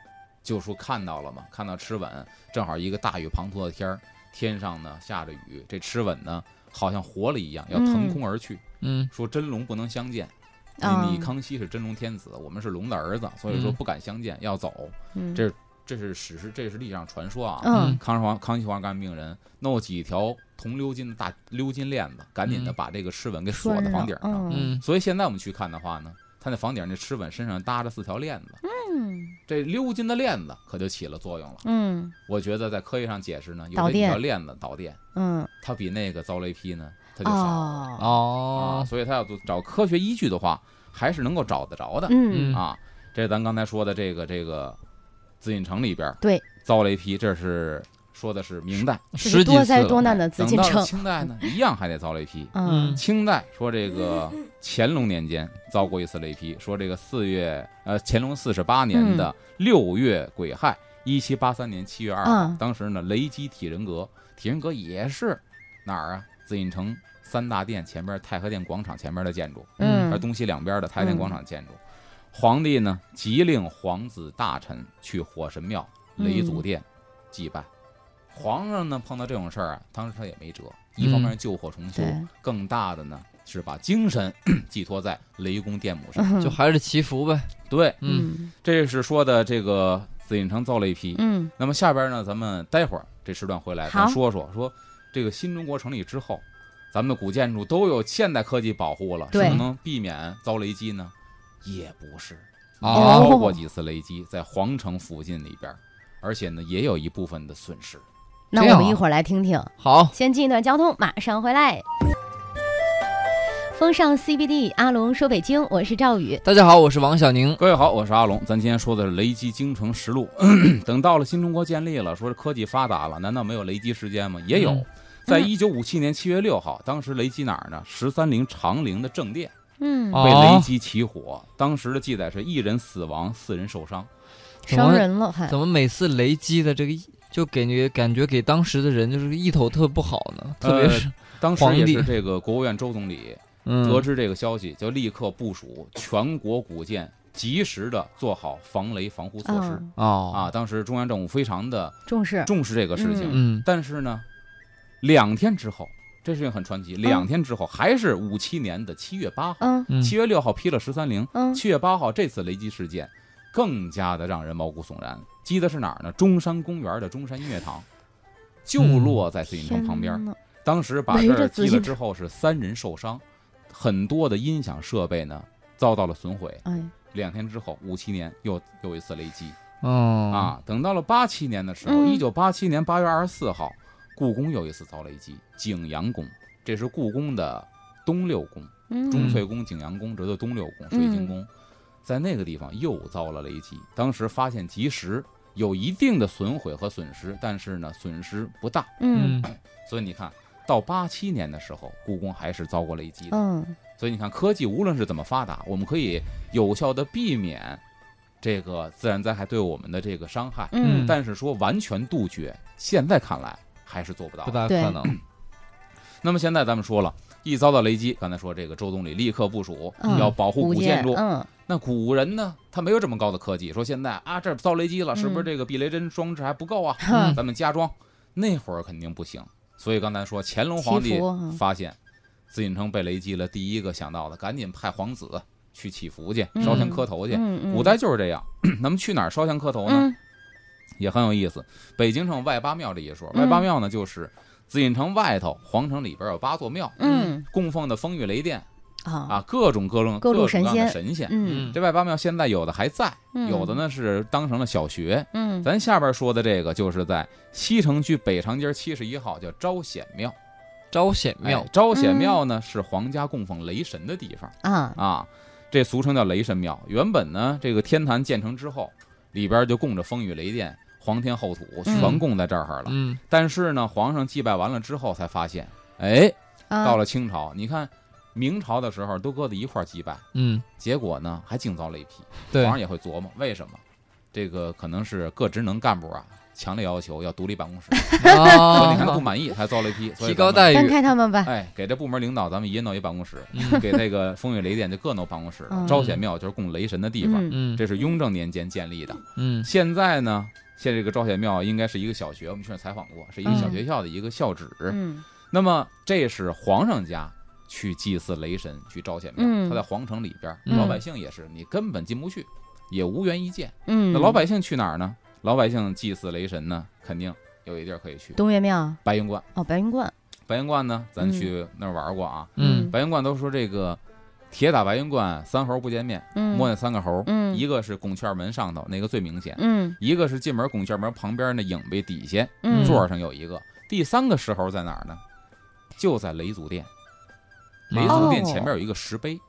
Speaker 3: 就说看到了嘛，看到螭吻，正好一个大雨滂沱的天儿，天上呢下着雨，这螭吻呢好像活了一样，要腾空而去。
Speaker 2: 嗯
Speaker 3: 说真龙不能相见，
Speaker 1: 啊
Speaker 3: 你你康熙是真龙天子，我们是龙的儿子，所以说
Speaker 2: 嗯
Speaker 3: 不敢相见，要走。
Speaker 1: 嗯
Speaker 3: 这这是史实，这是历史上传说啊。
Speaker 1: 嗯
Speaker 3: 康皇康熙皇上干命人弄几条铜鎏金的大鎏金链子，赶紧的
Speaker 2: 嗯
Speaker 3: 把这个螭吻给锁
Speaker 1: 拴
Speaker 3: 在
Speaker 1: 着
Speaker 3: 房顶上。
Speaker 1: 嗯
Speaker 2: 嗯
Speaker 3: 所以现在我们去看的话呢，他那房顶那螭吻身上搭着四条链子，
Speaker 1: 嗯
Speaker 3: 这鎏金的链子可就起了作用了。
Speaker 1: 嗯
Speaker 3: 我觉得在科学上解释呢，有
Speaker 1: 导
Speaker 3: 这几
Speaker 1: 电
Speaker 3: 条链子导电，
Speaker 1: 嗯
Speaker 3: 它比那个遭雷劈呢，它就少、
Speaker 1: 哦
Speaker 3: 啊。
Speaker 2: 哦
Speaker 3: 所以它要找科学依据的话，还是能够找得着的、
Speaker 1: 嗯
Speaker 3: 啊。这是咱刚才说的这个这个紫禁城里边
Speaker 1: 对
Speaker 3: 遭雷劈，这是说的是明代，
Speaker 1: 这
Speaker 2: 十
Speaker 1: 是
Speaker 2: 几
Speaker 1: 多
Speaker 2: 次
Speaker 1: 灾多
Speaker 2: 了
Speaker 1: 难的紫
Speaker 3: 等
Speaker 1: 禁
Speaker 3: 到了
Speaker 1: 城，
Speaker 3: 清代呢，一样还得遭雷劈。
Speaker 1: 嗯
Speaker 3: 清代说这个乾隆年间遭过一次雷劈，说这个四月呃乾隆四十八年
Speaker 1: 嗯
Speaker 3: 的六月癸亥，一七八三年七月二号
Speaker 1: 嗯，
Speaker 3: 当时呢雷击体仁阁，体仁阁也是哪儿啊？紫禁城三大殿前边太和殿广场前边的建筑，
Speaker 1: 嗯
Speaker 3: 而东西两边的太和殿广场建筑。皇帝呢，即令皇子大臣去火神庙、
Speaker 1: 嗯
Speaker 3: 雷祖殿祭拜。皇上呢，碰到这种事儿啊，当时他也没辙，一方面是
Speaker 1: 嗯
Speaker 3: 救火重修，
Speaker 1: 对
Speaker 3: 更大的呢是把精神 寄托在雷公电母上。
Speaker 1: 嗯
Speaker 2: 就还是祈福呗，
Speaker 3: 对，
Speaker 2: 嗯
Speaker 3: 这是说的这个紫禁城造了一批。
Speaker 1: 嗯
Speaker 3: 那么下边呢，咱们待会儿这时段回来，咱
Speaker 1: 好
Speaker 3: 说说说这个新中国成立之后，咱们的古建筑都有现代科技保护了，是
Speaker 1: 对
Speaker 3: 不是能避免遭雷击呢？也不是，
Speaker 2: 哦
Speaker 3: 遭过几次雷击，在皇城附近里边儿，而且呢也有一部分的损失。
Speaker 1: 那
Speaker 2: 这
Speaker 1: 我
Speaker 2: 样
Speaker 1: 们
Speaker 2: 啊
Speaker 1: 一会儿来听听。
Speaker 2: 好，
Speaker 1: 先进一段交通，马上回来。风尚 CBD，阿龙说北京，我是赵宇。
Speaker 2: 大家好，我是王小宁，
Speaker 3: 各位好，我是阿龙。咱今天说的是雷击京城实录。 等到了新中国建立了，说是科技发达了，难道没有雷击事件吗？也有
Speaker 2: 嗯。
Speaker 3: 在
Speaker 1: 嗯
Speaker 3: 一九五七年七月六号，当时雷击哪儿呢？十三陵长陵的正殿
Speaker 1: 嗯，
Speaker 2: 哦
Speaker 3: 被雷击起火，当时的记载是一人死亡，四人受伤。
Speaker 1: 伤人了还
Speaker 2: 怎么每次雷击的这个就给你感觉给当时的人就是意头特不好呢，
Speaker 3: 呃
Speaker 2: 特别是、
Speaker 3: 当时
Speaker 2: 皇
Speaker 3: 也是
Speaker 2: 帝
Speaker 3: 这个国务院周总理
Speaker 2: 嗯
Speaker 3: 得知这个消息，就立刻部署全国古建，及时的做好防雷防护措施。
Speaker 1: 嗯，
Speaker 2: 哦
Speaker 3: 啊，当时中央政府非常的
Speaker 1: 重视，
Speaker 3: 重视这个事情，
Speaker 2: 嗯
Speaker 3: 但是呢，两天之后，这事情很传奇。两天之后，还是五七年的七月八号，
Speaker 1: 嗯
Speaker 2: 嗯
Speaker 3: 七月六号批了十三陵，
Speaker 1: 嗯
Speaker 3: 七月八号这次雷击事件更加的让人毛骨悚然。击的是哪儿呢？中山公园的中山音乐堂，就
Speaker 2: 嗯
Speaker 3: 落在紫禁城旁边。
Speaker 1: 天哪
Speaker 3: 当时把
Speaker 1: 围
Speaker 3: 这
Speaker 1: 着
Speaker 3: 儿
Speaker 1: 紫
Speaker 3: 击了
Speaker 1: 禁
Speaker 3: 之后是三人受伤，很多的音响设备呢遭到了损毁。
Speaker 1: 哎，
Speaker 3: 两天之后，五七年又又一次雷击
Speaker 2: 哦
Speaker 3: 啊！等到了八七年的时候，
Speaker 1: 嗯
Speaker 3: 一九八七年八月二十四号，故宫又一次遭雷击，景阳宫，这是故宫的东六宫，
Speaker 1: 嗯
Speaker 3: 中翠宫、景阳宫，这就东六宫、水晶宫，在那个地方又遭了雷击。当时发现及时，有一定的损毁和损失，但是呢，损失不大。
Speaker 1: 嗯
Speaker 2: 嗯
Speaker 3: 所以你看到八七年的时候，故宫还是遭过雷击的。
Speaker 1: 嗯
Speaker 3: 所以你看，科技无论是怎么发达，我们可以有效的避免这个自然灾害对我们的这个伤害，
Speaker 1: 嗯
Speaker 2: 嗯
Speaker 3: 但是说完全杜绝，现在看来还是做不到
Speaker 2: 不
Speaker 3: 的。
Speaker 2: 大
Speaker 1: 对
Speaker 2: 可能，
Speaker 3: 那么现在咱们说了，一遭到雷击，刚才说这个周总理立刻部署，
Speaker 1: 嗯
Speaker 3: 要保护古建筑。
Speaker 1: 嗯
Speaker 3: 那古人呢，他没有这么高的科技，说现在啊这儿遭雷击了，是不是
Speaker 1: 嗯
Speaker 3: 这个避雷针装置还不够 啊？
Speaker 1: 哈
Speaker 3: 咱们加装，那会儿肯定不行。所以刚才说乾隆皇
Speaker 1: 祈
Speaker 3: 帝
Speaker 1: 福嗯
Speaker 3: 发现紫禁城被雷击了，第一个想到的，赶紧派皇子去祈福去，
Speaker 1: 嗯
Speaker 3: 烧香磕头去。
Speaker 1: 嗯嗯
Speaker 3: 古代就是这样， 那么去哪儿烧香磕头呢？
Speaker 1: 嗯
Speaker 3: 也很有意思。北京城有外八庙这一说，
Speaker 1: 嗯
Speaker 3: 外八庙呢就是紫禁城外头，皇城里边有八座庙，
Speaker 1: 嗯
Speaker 3: 供奉的风雨雷电
Speaker 1: 啊
Speaker 3: 啊，各种各种
Speaker 1: 各路
Speaker 3: 各种各样
Speaker 1: 神仙
Speaker 3: 的神仙。
Speaker 1: 嗯
Speaker 3: 这外八庙现在有的还在，
Speaker 1: 嗯
Speaker 3: 有的呢是当成了小学，
Speaker 1: 嗯
Speaker 3: 咱下边说的这个就是在西城区北长街七十一号，叫招显庙。
Speaker 2: 招显庙
Speaker 3: 哎，招显庙呢、是皇家供奉雷神的地方
Speaker 1: 啊
Speaker 3: 啊，这俗称叫雷神庙。原本呢，这个天坛建成之后，里边就供着风雨雷电、皇天后土，全供在这儿了。
Speaker 2: 嗯
Speaker 3: 但是呢，皇上祭拜完了之后，才发现，哎，
Speaker 1: 啊
Speaker 3: 到了清朝，你看明朝的时候都搁在一块儿祭拜，
Speaker 2: 嗯，
Speaker 3: 结果呢还净遭雷劈。
Speaker 2: 对
Speaker 3: 皇，上也会琢磨为什么，这个可能是各职能干部啊强烈要求要独立办公室，说
Speaker 2: 啊
Speaker 3: 你看不满意，他遭雷劈，所以
Speaker 2: 提高
Speaker 3: 咱
Speaker 2: 待
Speaker 3: 们
Speaker 1: 单
Speaker 2: 遇，
Speaker 1: 开他们吧，
Speaker 3: 哎，给这部门领导咱们一人弄一办公室，
Speaker 2: 嗯
Speaker 3: 给这个风雨雷电就各弄办公室了。
Speaker 1: 嗯
Speaker 3: 招显庙就是供雷神的地方，
Speaker 1: 嗯
Speaker 2: 嗯
Speaker 3: 这是雍正年间建立的。
Speaker 2: 嗯
Speaker 3: 现在呢，现在这个招显庙应该是一个小学，我们去那儿采访过，是一个
Speaker 2: 嗯
Speaker 3: 小学校的一个校址。
Speaker 1: 嗯
Speaker 3: 那么这是皇上家去祭祀雷神，去招显庙，
Speaker 1: 嗯
Speaker 3: 他在皇城里边儿，
Speaker 2: 嗯
Speaker 3: 老百姓也是，你根本进不去，也无缘一见。
Speaker 1: 嗯
Speaker 3: 那老百姓去哪儿呢？老百姓祭祀雷神呢，肯定有一地儿可以去，
Speaker 1: 东岳庙
Speaker 3: 白云观。
Speaker 1: 哦白云观
Speaker 3: 白云观呢，咱去那儿玩过啊。
Speaker 2: 嗯
Speaker 3: 白云观都说这个铁打白云观，三猴不见面，
Speaker 1: 嗯
Speaker 3: 摸那三个猴，
Speaker 1: 嗯
Speaker 3: 一个是拱券门上头那个最明显，
Speaker 1: 嗯
Speaker 3: 一个是进门拱券门旁边那影壁底下
Speaker 1: 嗯
Speaker 3: 座儿上有一个，第三个石猴在哪儿呢？就在雷祖殿，雷
Speaker 1: 哦
Speaker 3: 祖殿前面有一个石碑，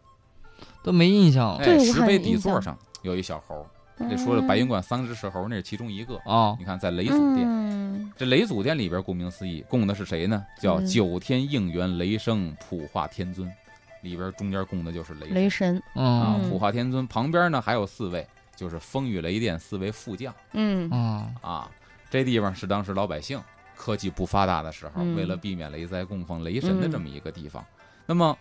Speaker 2: 都没印象了
Speaker 1: 对
Speaker 3: 哎，
Speaker 1: 我
Speaker 3: 石
Speaker 1: 还
Speaker 3: 碑
Speaker 1: 有
Speaker 3: 底
Speaker 1: 印象
Speaker 3: 座上有一小猴。
Speaker 1: 嗯
Speaker 3: 这说了白云观三只石猴，那是其中一个。
Speaker 2: 啊，
Speaker 3: 你看，在雷
Speaker 1: 雷
Speaker 3: 祖殿，
Speaker 1: 殿
Speaker 3: 这雷祖殿里边，顾名思义，供的是谁呢？叫
Speaker 1: 嗯
Speaker 3: 九天应元雷声普化天尊，里边中间供的就是雷
Speaker 1: 雷神
Speaker 3: 啊
Speaker 2: 嗯，
Speaker 1: 嗯
Speaker 3: 普化天尊。旁边呢还有四位，就是风雨雷电四位副将
Speaker 1: 嗯
Speaker 2: 啊，
Speaker 3: 啊。这地方是当时老百姓科技不发达的时候
Speaker 1: 嗯，
Speaker 3: 为了避免雷灾，供奉雷神的这么一个地方。那么。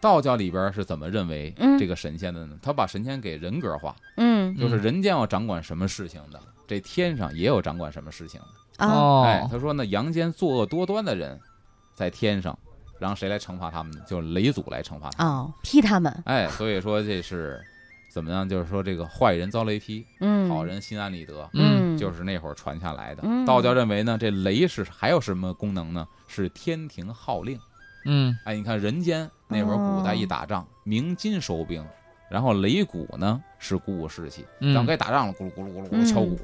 Speaker 3: 道教里边是怎么认为
Speaker 1: 嗯
Speaker 3: 这个神仙的呢？他把神仙给人格化，
Speaker 1: 嗯
Speaker 3: 就是
Speaker 2: 嗯
Speaker 3: 人间要掌管什么事情的，这天上也有掌管什么事情的。
Speaker 1: 啊
Speaker 3: 哎，
Speaker 2: 哦，
Speaker 3: 他说呢，阳间作恶多端的人，在天上，然后谁来惩罚他们呢？就是雷祖来惩罚他们。
Speaker 1: 哦劈他们
Speaker 3: 哎，所以说这是怎么样？就是说这个坏人遭雷劈，
Speaker 1: 嗯
Speaker 3: 好人心安理得，
Speaker 2: 嗯
Speaker 1: 嗯
Speaker 3: 就是那会儿传下来的
Speaker 1: 嗯。
Speaker 3: 道教认为呢，这雷是还有什么功能呢？是天庭号令。
Speaker 2: 嗯
Speaker 3: 哎，你看人间那会儿古代一打仗，鸣金收兵，然后擂鼓呢是鼓舞士气。咱们
Speaker 2: 嗯
Speaker 3: 该打仗了，咕噜咕噜咕噜咕
Speaker 1: 嗯
Speaker 3: 噜敲鼓，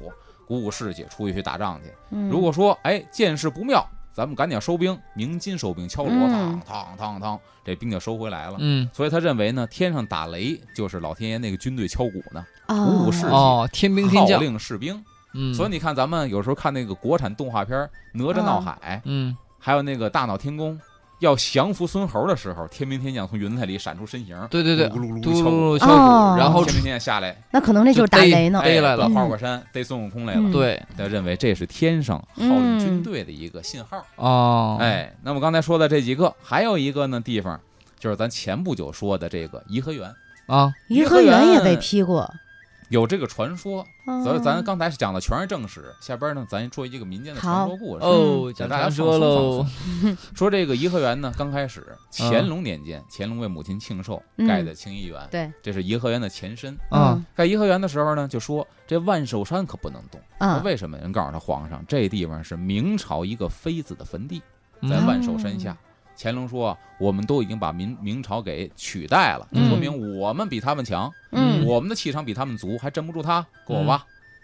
Speaker 3: 鼓舞士气，出去去打仗去。
Speaker 1: 嗯
Speaker 3: 如果说哎见势不妙，咱们赶紧收兵，鸣金收兵，敲锣，
Speaker 1: 嗯
Speaker 3: 嘡嘡嘡嘡，这兵就收回来了。
Speaker 2: 嗯
Speaker 3: 所以他认为呢，天上打雷就是老天爷那个军队敲鼓呢，
Speaker 1: 哦
Speaker 3: 五五士
Speaker 2: 哦，天兵天
Speaker 3: 号
Speaker 2: 将，
Speaker 3: 令士兵。
Speaker 2: 嗯，
Speaker 3: 所以你看，咱们有时候看那个国产动画片《哪吒闹海》
Speaker 2: 嗯
Speaker 3: 还有那个《大闹天宫》，要降服孙猴的时候，天兵天将从云彩里闪出身形，
Speaker 2: 对对对，
Speaker 3: 咕噜噜噜
Speaker 2: 嘟
Speaker 3: 敲
Speaker 2: 噜噜
Speaker 3: 鼓
Speaker 2: 敲
Speaker 1: 哦
Speaker 2: 鼓，然后
Speaker 3: 啊天兵天将下来，
Speaker 1: 那可能那就是打雷呢
Speaker 2: 就。逮来了
Speaker 3: 哎到花果山逮孙悟空来
Speaker 1: 嗯
Speaker 3: 了，
Speaker 2: 对
Speaker 3: 他认为这是天上号令军队的一个信号。
Speaker 2: 哦，，
Speaker 3: 哎，那么刚才说的这几个，还有一个呢地方，就是咱前不久说的这个颐和园，
Speaker 2: 啊，
Speaker 1: 颐和园也被劈过，
Speaker 3: 有这个传说。
Speaker 1: 哦
Speaker 3: 嗯所以咱刚才是讲的全是正史，下边呢咱做一个民间的传说故事。
Speaker 1: 嗯
Speaker 2: 哦，
Speaker 3: 给
Speaker 2: 讲
Speaker 3: 大家
Speaker 2: 传说
Speaker 3: 放松
Speaker 2: 喽
Speaker 3: 放，说这个颐和园呢，刚开始乾隆年间，乾隆为母亲庆寿
Speaker 1: 嗯
Speaker 3: 盖的清漪园，
Speaker 1: 对，
Speaker 3: 这是颐和园的前身。
Speaker 1: 嗯
Speaker 2: 啊，
Speaker 3: 盖颐和园的时候呢，就说这万寿山可不能动。那
Speaker 1: 啊，
Speaker 3: 为什么？人告诉他，皇上这地方是明朝一个妃子的坟地，在
Speaker 2: 嗯
Speaker 3: 万寿山下。乾隆说，我们都已经把明明朝给取代了，就
Speaker 2: 嗯
Speaker 3: 说明我们比他们强，
Speaker 1: 嗯
Speaker 3: 我们的气场比他们足，还镇不住他，给我挖。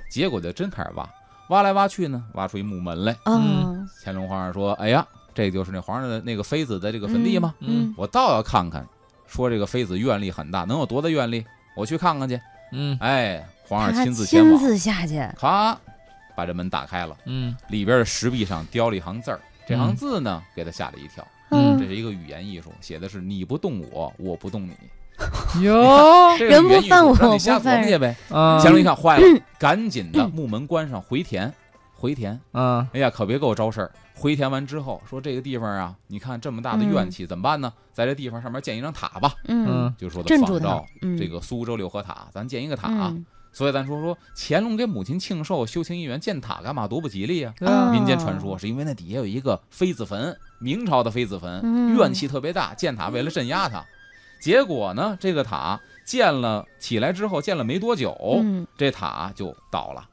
Speaker 3: 结果就真开始挖，挖来挖去呢，挖出一墓门来。
Speaker 1: 哦，
Speaker 3: 乾隆皇上说：“哎呀，这就是那皇上的那个妃子的这个坟地吗？
Speaker 1: 嗯
Speaker 3: 我倒要看看。”说这个妃子愿力很大，能有多大愿力？我去看看去。
Speaker 2: 嗯
Speaker 3: 哎，皇
Speaker 1: 他
Speaker 3: 上亲
Speaker 1: 亲
Speaker 3: 自前往，
Speaker 1: 自下去，
Speaker 3: 咔，把这门打开了，
Speaker 2: 嗯
Speaker 3: 里边的石壁上雕了一行字儿。这
Speaker 1: 嗯
Speaker 3: 行字呢，给他吓了一跳。
Speaker 2: 嗯
Speaker 3: 这是一个语言艺术，写的是“你不动我，我不动你
Speaker 2: 哟”。
Speaker 3: 这
Speaker 1: 哎人
Speaker 3: 个语言
Speaker 1: 不
Speaker 3: 艺
Speaker 1: 犯
Speaker 3: 术
Speaker 1: 我
Speaker 3: 让
Speaker 1: 我
Speaker 3: 你瞎
Speaker 1: 不犯嗯
Speaker 3: 琢磨去呗。
Speaker 2: 啊，
Speaker 3: 乾隆一看坏了， 赶紧的木门关上，回填，回填。
Speaker 2: 啊，
Speaker 3: 哎呀，可别给我招事儿！回填完之后说这个地方啊，你看这么大的
Speaker 1: 嗯
Speaker 3: 怨气，怎么办呢？在这地方上面建一张塔吧，
Speaker 1: 嗯
Speaker 2: 嗯，
Speaker 3: 就说的
Speaker 1: 镇住
Speaker 3: 仿
Speaker 1: 他
Speaker 3: 照，
Speaker 1: 嗯，
Speaker 3: 这个苏州六合塔，咱建一个塔。
Speaker 1: 嗯
Speaker 3: 所以咱说说乾隆给母亲庆寿修清一园建塔干嘛？多不吉利呀、
Speaker 1: 啊
Speaker 3: 民间传说是因为那底下有一个妃子坟，明朝的妃子坟，
Speaker 1: 嗯
Speaker 3: 怨气特别大，建塔为了镇压它。结果呢，这个塔建了起来之后，建了没多久，
Speaker 1: 嗯
Speaker 3: 这塔就倒了。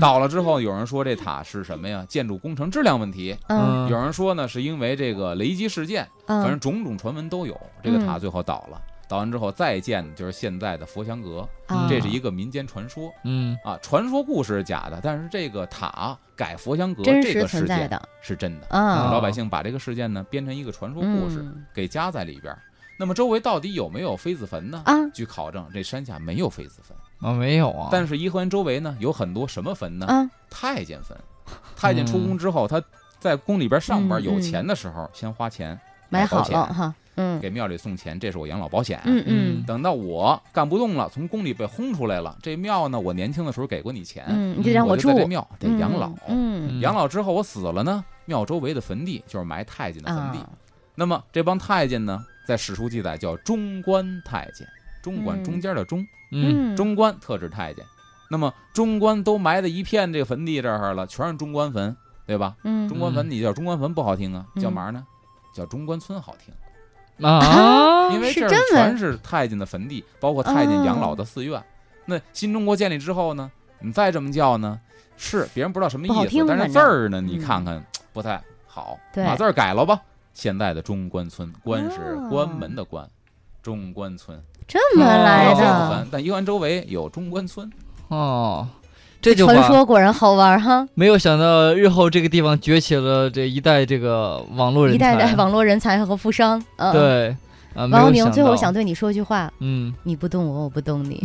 Speaker 3: 倒了之后，有人说这塔是什么呀？建筑工程质量问题。
Speaker 1: 嗯
Speaker 3: 有人说呢，是因为这个雷击事件，
Speaker 1: 嗯，
Speaker 3: 反正种种传闻都有。这个塔最后倒了，倒完之后再建的就是现在的佛香阁，
Speaker 1: 啊
Speaker 3: 这是一个民间传说
Speaker 2: 嗯
Speaker 3: 啊。传说故事是假的，但是这个塔改佛香阁
Speaker 1: 真
Speaker 3: 这
Speaker 1: 实
Speaker 3: 个
Speaker 1: 存
Speaker 3: 事
Speaker 1: 在
Speaker 3: 件
Speaker 1: 的，
Speaker 3: 是真的。
Speaker 1: 嗯，
Speaker 3: 老百姓把这个事件呢编成一个传说故事，
Speaker 1: 嗯
Speaker 3: 给加在里边儿。那么周围到底有没有妃子坟呢？
Speaker 1: 啊，
Speaker 3: 据考证，这山下没有妃子坟。
Speaker 2: 啊，没有啊，
Speaker 3: 但是颐和园周围呢，有很多什么坟呢？
Speaker 1: 啊
Speaker 3: 太监坟。太监出宫之后，他在宫里边上班，
Speaker 1: 嗯
Speaker 3: 有钱的时候先花钱
Speaker 1: 买
Speaker 3: 保
Speaker 1: 好
Speaker 3: 险
Speaker 1: 了哈，嗯
Speaker 3: 给庙里送钱，这是我养老保险。
Speaker 1: 嗯嗯
Speaker 3: 等到我干不动了，从宫里被轰出来了，这庙呢，我年轻的时候给过你钱，
Speaker 1: 嗯，你得让
Speaker 3: 我
Speaker 1: 住
Speaker 3: 就，在这庙得
Speaker 1: 嗯
Speaker 3: 养老。
Speaker 1: 嗯，
Speaker 2: 嗯
Speaker 3: 养老之后我死了呢，庙周围的坟地就是埋太监的坟地。
Speaker 1: 啊，
Speaker 3: 那么这帮太监呢，在史书记载叫中官太监，中
Speaker 1: 嗯
Speaker 3: 官中间的中。
Speaker 2: 嗯
Speaker 3: 中官特指太监。那么中官都埋在一片这个坟地这儿了，全是中官坟，对吧？
Speaker 1: 嗯
Speaker 3: 中官坟你叫中官坟不好听啊，
Speaker 1: 嗯
Speaker 3: 叫嘛呢？叫中关村好听，
Speaker 2: 啊，
Speaker 3: 因为
Speaker 1: 哦是
Speaker 3: 这儿
Speaker 1: 真哦的
Speaker 3: 全是太监的坟地，包括太监养老的寺院。那新中国建立之后呢，你再这么叫呢，是别人不知道什么
Speaker 1: 不好
Speaker 3: 意
Speaker 1: 听
Speaker 3: 思，但
Speaker 1: 反
Speaker 3: 是字
Speaker 1: 正
Speaker 3: 儿呢，你
Speaker 1: 嗯
Speaker 3: 看看不太好，
Speaker 1: 对
Speaker 3: 把字儿改了吧。现在的中关村，关是
Speaker 1: 哦
Speaker 3: 关门的关，中关村
Speaker 1: 这么
Speaker 3: 没
Speaker 1: 来
Speaker 3: 有
Speaker 2: 哦
Speaker 3: 这个
Speaker 1: 的
Speaker 3: 坟，，但宜安周围有中关村。
Speaker 2: 哦，这就
Speaker 1: 传
Speaker 2: 把
Speaker 1: 说果然好玩儿哈，
Speaker 2: 没有想到日后这个地方崛起了这一代这个网络人才，
Speaker 1: 一代代网络人才和富商，嗯，
Speaker 2: 对啊，没
Speaker 1: 王
Speaker 2: 有
Speaker 1: 阳明，
Speaker 2: 想
Speaker 1: 最后我
Speaker 2: 到
Speaker 1: 想对你说句话：
Speaker 2: 嗯，
Speaker 1: 你不动我，我不动 你，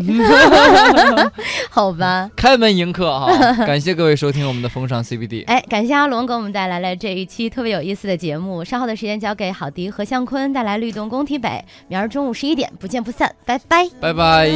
Speaker 1: 好吧？
Speaker 2: 开门迎客哈， 感谢各位收听我们的风尚 CBD，
Speaker 1: 哎，感谢阿龙给我们带来了这一期特别有意思的节目。稍后的时间交给郝迪和向坤带来律动工体北，明儿中午十一点不见不散，拜拜。
Speaker 2: 拜拜。